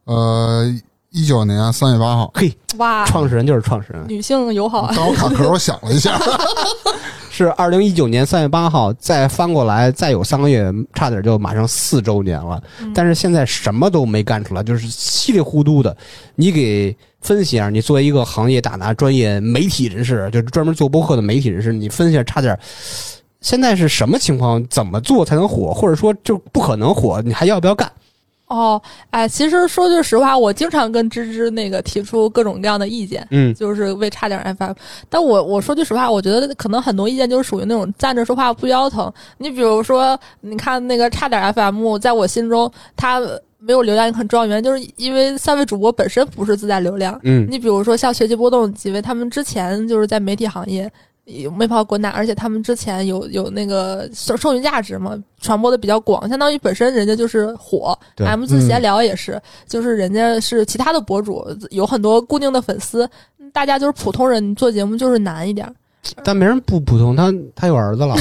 B: 呃，一九年三月八号，
C: 嘿，
A: 哇，
C: 创始人就是创始人。
A: 女性友好啊，
B: 当我卡壳，我想了一下，
C: 是二零一九年三月八号，再翻过来再有三个月，差点就马上四周年了。但是现在什么都没干出来，就是稀里糊涂的。你给分析一下，你作为一个行业大拿、专业媒体人士，就是专门做播客的媒体人士，你分析一下差点现在是什么情况，怎么做才能火，或者说就不可能火，你还要不要干？
A: 哦，哎，其实说句实话，我经常跟芝芝那个提出各种各样的意见，
C: 嗯
A: 就是为差点 FM。但我我说句实话，我觉得可能很多意见就是属于那种站着说话不腰疼。你比如说，你看那个差点 FM，在我心中它没有流量一个很重要原因，就是因为三位主播本身不是自带流量。
C: 嗯
A: 你比如说像学习波动几位，他们之前就是在媒体行业。有没跑滚打，而且他们之前有有那个剩剩余价值嘛，传播的比较广，相当于本身人家就是火。
C: 对嗯
A: M 字闲聊也是，就是人家是其他的博主，有很多固定的粉丝，大家就是普通人，你做节目就是难一点儿。
C: 但没人不普通，他他有儿子了，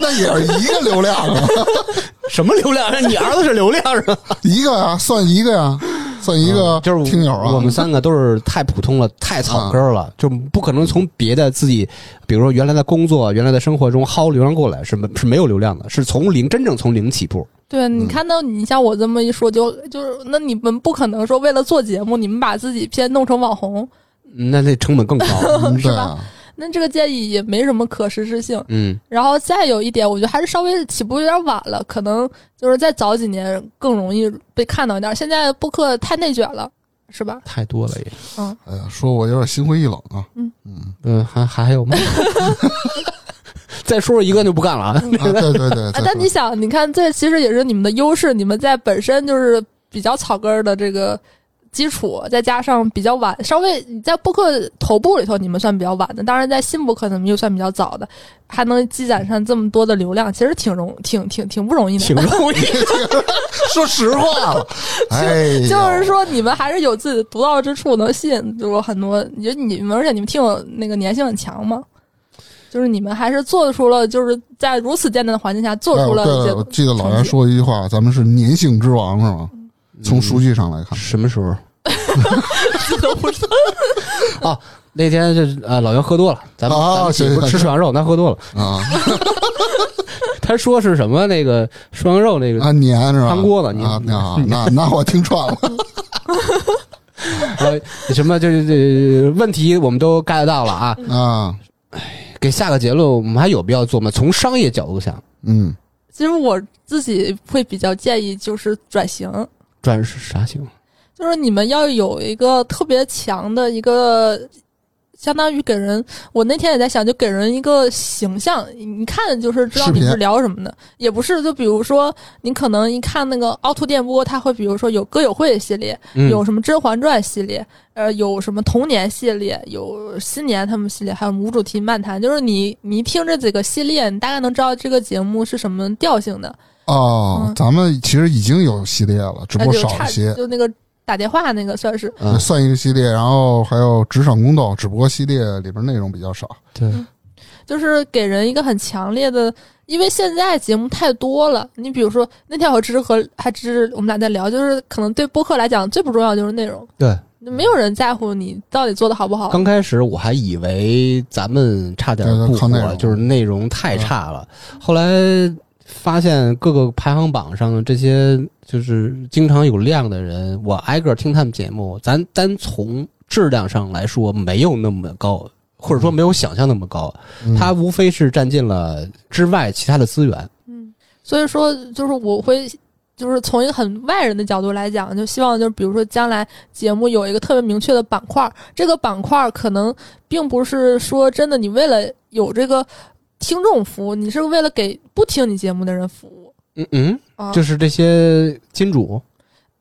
B: 那也是一个流量啊，
C: 什么流量？你儿子是流量是吧？
B: 一个呀，算一个呀，算一个
C: 嗯就是我
B: 听友啊，
C: 我们三个都是太普通了，太草根儿了，就不可能从别的自己，比如说原来的工作、原来的生活中薅流量过来，是没是没有流量的，是从零真正从零起步。
A: 对啊你看到你像我这么一说，就就是那你们不可能说为了做节目，你们把自己偏弄成网红，
C: 那那成本更 高，
B: 嗯
A: 是
B: 对
A: 吧
B: 啊，
A: 那这个建议也没什么可实施性。
C: 嗯，
A: 然后再有一点，我觉得还是稍微起步有点晚了，可能就是再早几年更容易被看到一点。现在播客太内卷了，是吧？
C: 太多了也，
B: 哎呀，说我有点心灰意冷 啊，
C: 嗯，还还有 吗？再说说一个就不干了啊，
B: 啊，对对对，
A: 啊
B: 再，
A: 但
B: 说
A: 你想，你看，这其实也是你们的优势，你们在本身就是比较草根儿的这个基础，再加上比较晚，稍微你在播客头部里头，你们算比较晚的，当然在新播客你们又算比较早的，还能积攒上这么多的流量，其实挺容挺挺挺不容易的。
C: 挺容易。
B: 说实话 了，哎呀，
A: 就是说，你们还是有自己独到之处，能吸引住很多。你觉得你们，而且你们挺有那个粘性很强嘛，就是你们还是做出了，就是在如此艰难的环境下做
B: 哎
A: 出
B: 我
A: 了
B: 对
A: 一些。
B: 我记得老袁说一句话，咱们是粘性之王是吗？从
C: 嗯
B: 数据上来看，
C: 什么时候？ 啊，那天就是啊，老袁喝多了，咱们
B: 啊
C: 咱们
B: 行
C: 几个
B: 行
C: 吃涮羊肉，他喝多了，
B: 啊
C: 他说是什么那个涮羊肉那个
B: 啊，粘是吧？
C: 汤锅子你
B: 啊，那好那那我听串 了，
C: 呃，什么就是这问题我们都 get 到了啊，
B: 啊，
C: 给下个结论，我们还有必要做吗？从商业角度想，
B: 嗯，
A: 其实我自己会比较建议，就是转型，
C: 转是啥行？
A: 就是你们要有一个特别强的一个，相当于给人。我那天也在想，就给人一个形象，一看就是知道你
B: 视频
A: 是聊什么的，也不是。就比如说，你可能一看那个凹凸电波，它会比如说有歌友会系列，
C: 嗯
A: 有什么《甄嬛传》系列，呃，有什么童年系列，有新年他们系列，还有无主题漫谈。就是你你一听这几个系列，你大概能知道这个节目是什么调性的。
B: 哦
A: 嗯，
B: 咱们其实已经有系列了，只不
A: 那
B: 过
A: 呃就
B: 少
A: 差
B: 一些，呃
A: 就那个打电话那个算是。
C: 嗯
B: 算一个系列。然后还有职场宫斗，只不过系列里边内容比较少。
C: 对，
A: 就是给人一个很强烈的，因为现在节目太多了。你比如说那天我和芝芝和还芝芝，我们俩在聊，就是可能对播客来讲最不重要的就是内容，
C: 对，
A: 没有人在乎你到底做的好不好。
C: 刚开始我还以为咱们差点不
B: 对靠内
C: 火，
B: 容
C: 就是内容太差了。后来发现各个排行榜上的这些就是经常有量的人，我挨个听他们节目，咱单从质量上来说没有那么高，或者说没有想象那么高。
B: 嗯
C: 他无非是占尽了之外其他的资源。
A: 嗯，所以说就是我会。就是从一个很外人的角度来讲，就希望就是比如说将来节目有一个特别明确的板块儿，这个板块儿可能并不是说真的你为了有这个听众服务，你是为了给不听你节目的人服务
C: 嗯嗯，
A: 啊。
C: 就是这些金主，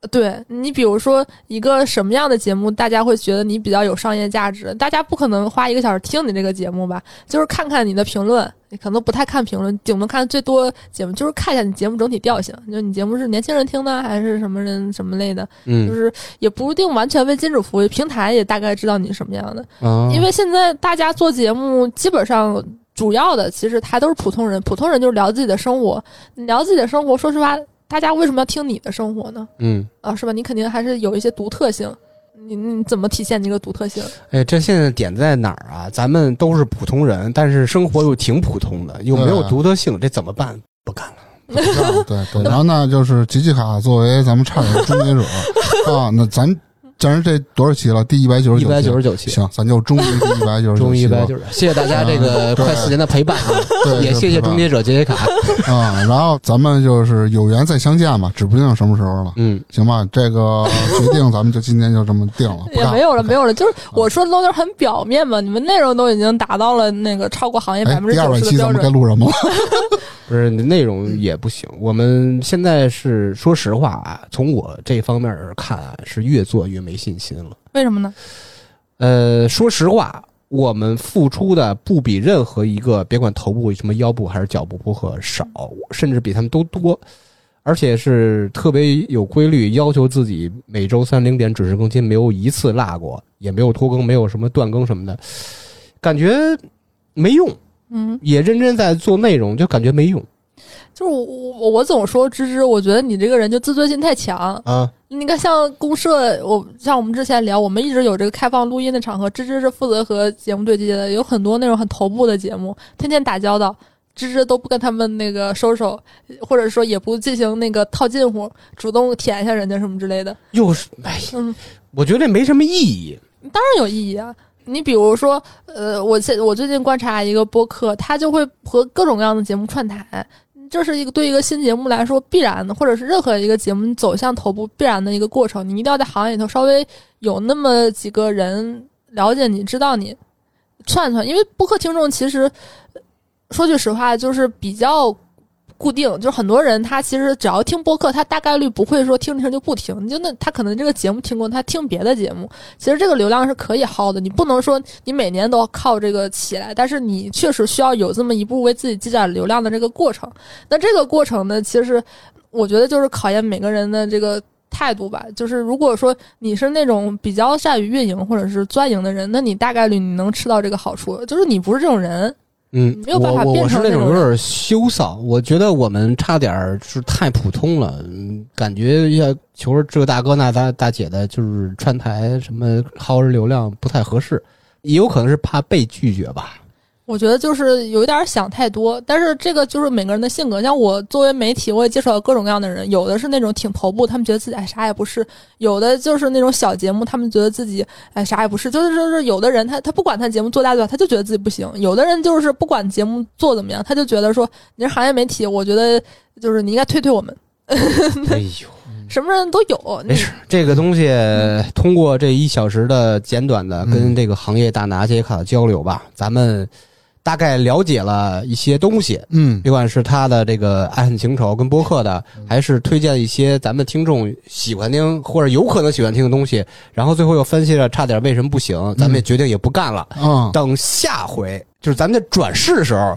A: 对你，比如说一个什么样的节目，大家会觉得你比较有商业价值？大家不可能花一个小时听你这个节目吧？就是看看你的评论，你可能不太看评论，顶多看最多节目，就是看一下你节目整体调性，就你节目是年轻人听的还是什么人什么类的，就
C: 嗯，
A: 是也不一定完全为金主服务，平台也大概知道你是什么样的。
C: 啊
A: 因为现在大家做节目，基本上主要的其实还都是普通人，普通人就是聊自己的生活，聊自己的生活，说实话，大家为什么要听你的生活呢？
C: 嗯，
A: 啊，是吧？你肯定还是有一些独特性，你你怎么体现你这个独特性？
C: 哎，这现在点在哪儿啊？咱们都是普通人，但是生活又挺普通的，又没有
B: 对啊
C: 独特性，这怎么办？不干了。
B: 对对，然后呢，就是吉吉卡作为咱们差点的终结者啊，那咱咱是这多少期了？第一百九十
C: 一
B: 九，
C: 百九十九期，
B: 行，咱就终于一百九十九
C: 终于
B: 期
C: 一百
B: 了，
C: 九十，谢谢大家这
B: 啊
C: 个
B: 对
C: 快四年的陪伴啊，
B: 对
C: 也谢谢终结者杰杰卡。
B: 啊、然后咱们就是有缘再相见吧，指不定什么时候了，
C: 嗯，
B: 行吧？这个决定咱们就今天就这么定了，不
A: 也
B: 啊干
A: 没有了，没有了，就是我说的都是很表面嘛。你们内容都已经达到了那个超过行业百
B: 哎
A: 分，之
B: 第二
A: 九
B: 百
A: 十的
B: 期咱
A: 标
B: 们该
A: 准。
B: 录什么了？
C: 不是内容也不行。我们现在是说实话啊，从我这方面儿看啊，是越做越没信心了。
A: 为什么呢？
C: 呃，说实话，我们付出的不比任何一个，别管头部、什么腰部还是脚部播客少，甚至比他们都多，而且是特别有规律，要求自己每周三零点准时更新，没有一次落过，也没有拖更，没有什么断更什么的，感觉没用，
A: 嗯，
C: 也认真在做内容，就感觉没用
A: 就是我我我总说芝芝，我觉得你这个人就自尊心太强。
C: 啊。
A: 你看，像公社，我像我们之前聊，我们一直有这个开放录音的场合，芝芝是负责和节目对接的，有很多那种很头部的节目，天天打交道，芝芝都不跟他们那个收手，或者说也不进行那个套近乎，主动舔一下人家什么之类的，
C: 又是哎呀
A: 嗯，
C: 我觉得没什么意义。
A: 当然有意义啊。你比如说，呃，我现我最近观察一个播客，他就会和各种各样的节目串台，这是一个对一个新节目来说必然的，或者是任何一个节目走向头部必然的一个过程。你一定要在行业里头稍微有那么几个人了解你、知道你，串串。因为播客听众其实呃说句实话，就是比较固定，就是很多人他其实只要听播客，他大概率不会说听着听着就不听，就那他可能这个节目听过，他听别的节目。其实这个流量是可以薅的，你不能说你每年都靠这个起来，但是你确实需要有这么一步为自己积攒流量的这个过程。那这个过程呢，其实我觉得就是考验每个人的这个态度吧。就是如果说你是那种比较善于运营或者是钻营的人，那你大概率你能吃到这个好处。就是你不是这种人，
C: 嗯，
A: 没有办法
C: 我我
A: 变
C: 我是
A: 成
C: 那
A: 那
C: 种
A: 种
C: 有
A: 人
C: 点羞臊，我觉得我们差点儿是太普通了，嗯感觉要求着这个大哥那大大姐的，就是串台什么薅人流量不太合适，也有可能是怕被拒绝 吧。
A: 我觉得就是有一点想太多。但是这个就是每个人的性格。像我作为媒体，我也接触到各种各样的人，有的是那种挺头部，他们觉得自己哎啥也不是；有的就是那种小节目，他们觉得自己哎啥也不是。就是就是有的人他他不管他节目做大做小，他就觉得自己不行；有的人就是不管节目做怎么样，他就觉得说你是行业媒体，我觉得就是你应该推推我们。
C: 哎呦，
A: 什么人都有，
C: 没
A: 你
C: 事，这个东西通过这一小时的简短的跟这个行业大拿杰卡的交流吧，咱们大概了解了一些东西，
B: 嗯，
C: 别管是他的这个《爱恨情仇》跟播客的，还是推荐一些咱们听众喜欢听或者有可能喜欢听的东西，然后最后又分析了差点为什么不行，咱
B: 嗯
C: 们也决定也不干了。
B: 啊、
C: 等下回就是咱们在转世的时 候，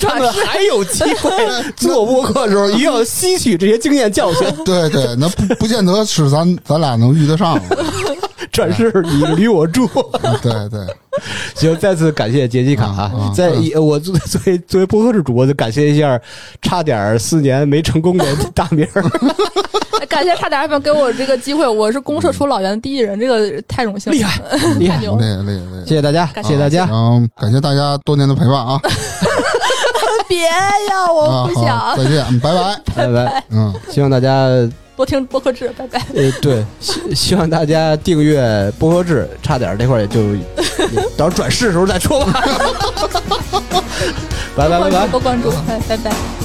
C: 他们还有机 会做播客的时候，一定要吸 取这些经验教训，
B: 对对，那不不见得是咱咱俩能遇得上，
C: 转世你与我助。
B: 对对，
C: 行，再次感谢杰西卡啊！
B: 嗯嗯
C: 在我作作为作为播客制主播，就感谢一下差点四年没成功的大明儿，
A: 哎感谢差点 FM 给我这个机会，我是公社出老袁的第一人，这个太荣幸了，
C: 嗯厉害厉
A: 太
C: 害！
A: 牛
B: 厉
A: 了！
B: 害厉害厉害。
C: 谢谢大家，
A: 感
C: 谢谢大家
B: 然。后感谢大家多年的陪伴啊！
A: 别呀，
B: 啊，
A: 我哦不
B: 好，
A: 想
B: 再见，嗯拜拜。
C: 拜拜！
B: 嗯，
C: 希望大家呃，
A: 多听播客制，拜拜。
C: 对，希希望大家订阅播客制，差点这块儿也就到 时候转世的时候再说吧。拜拜拜拜
A: 多关注，多关注，拜拜拜。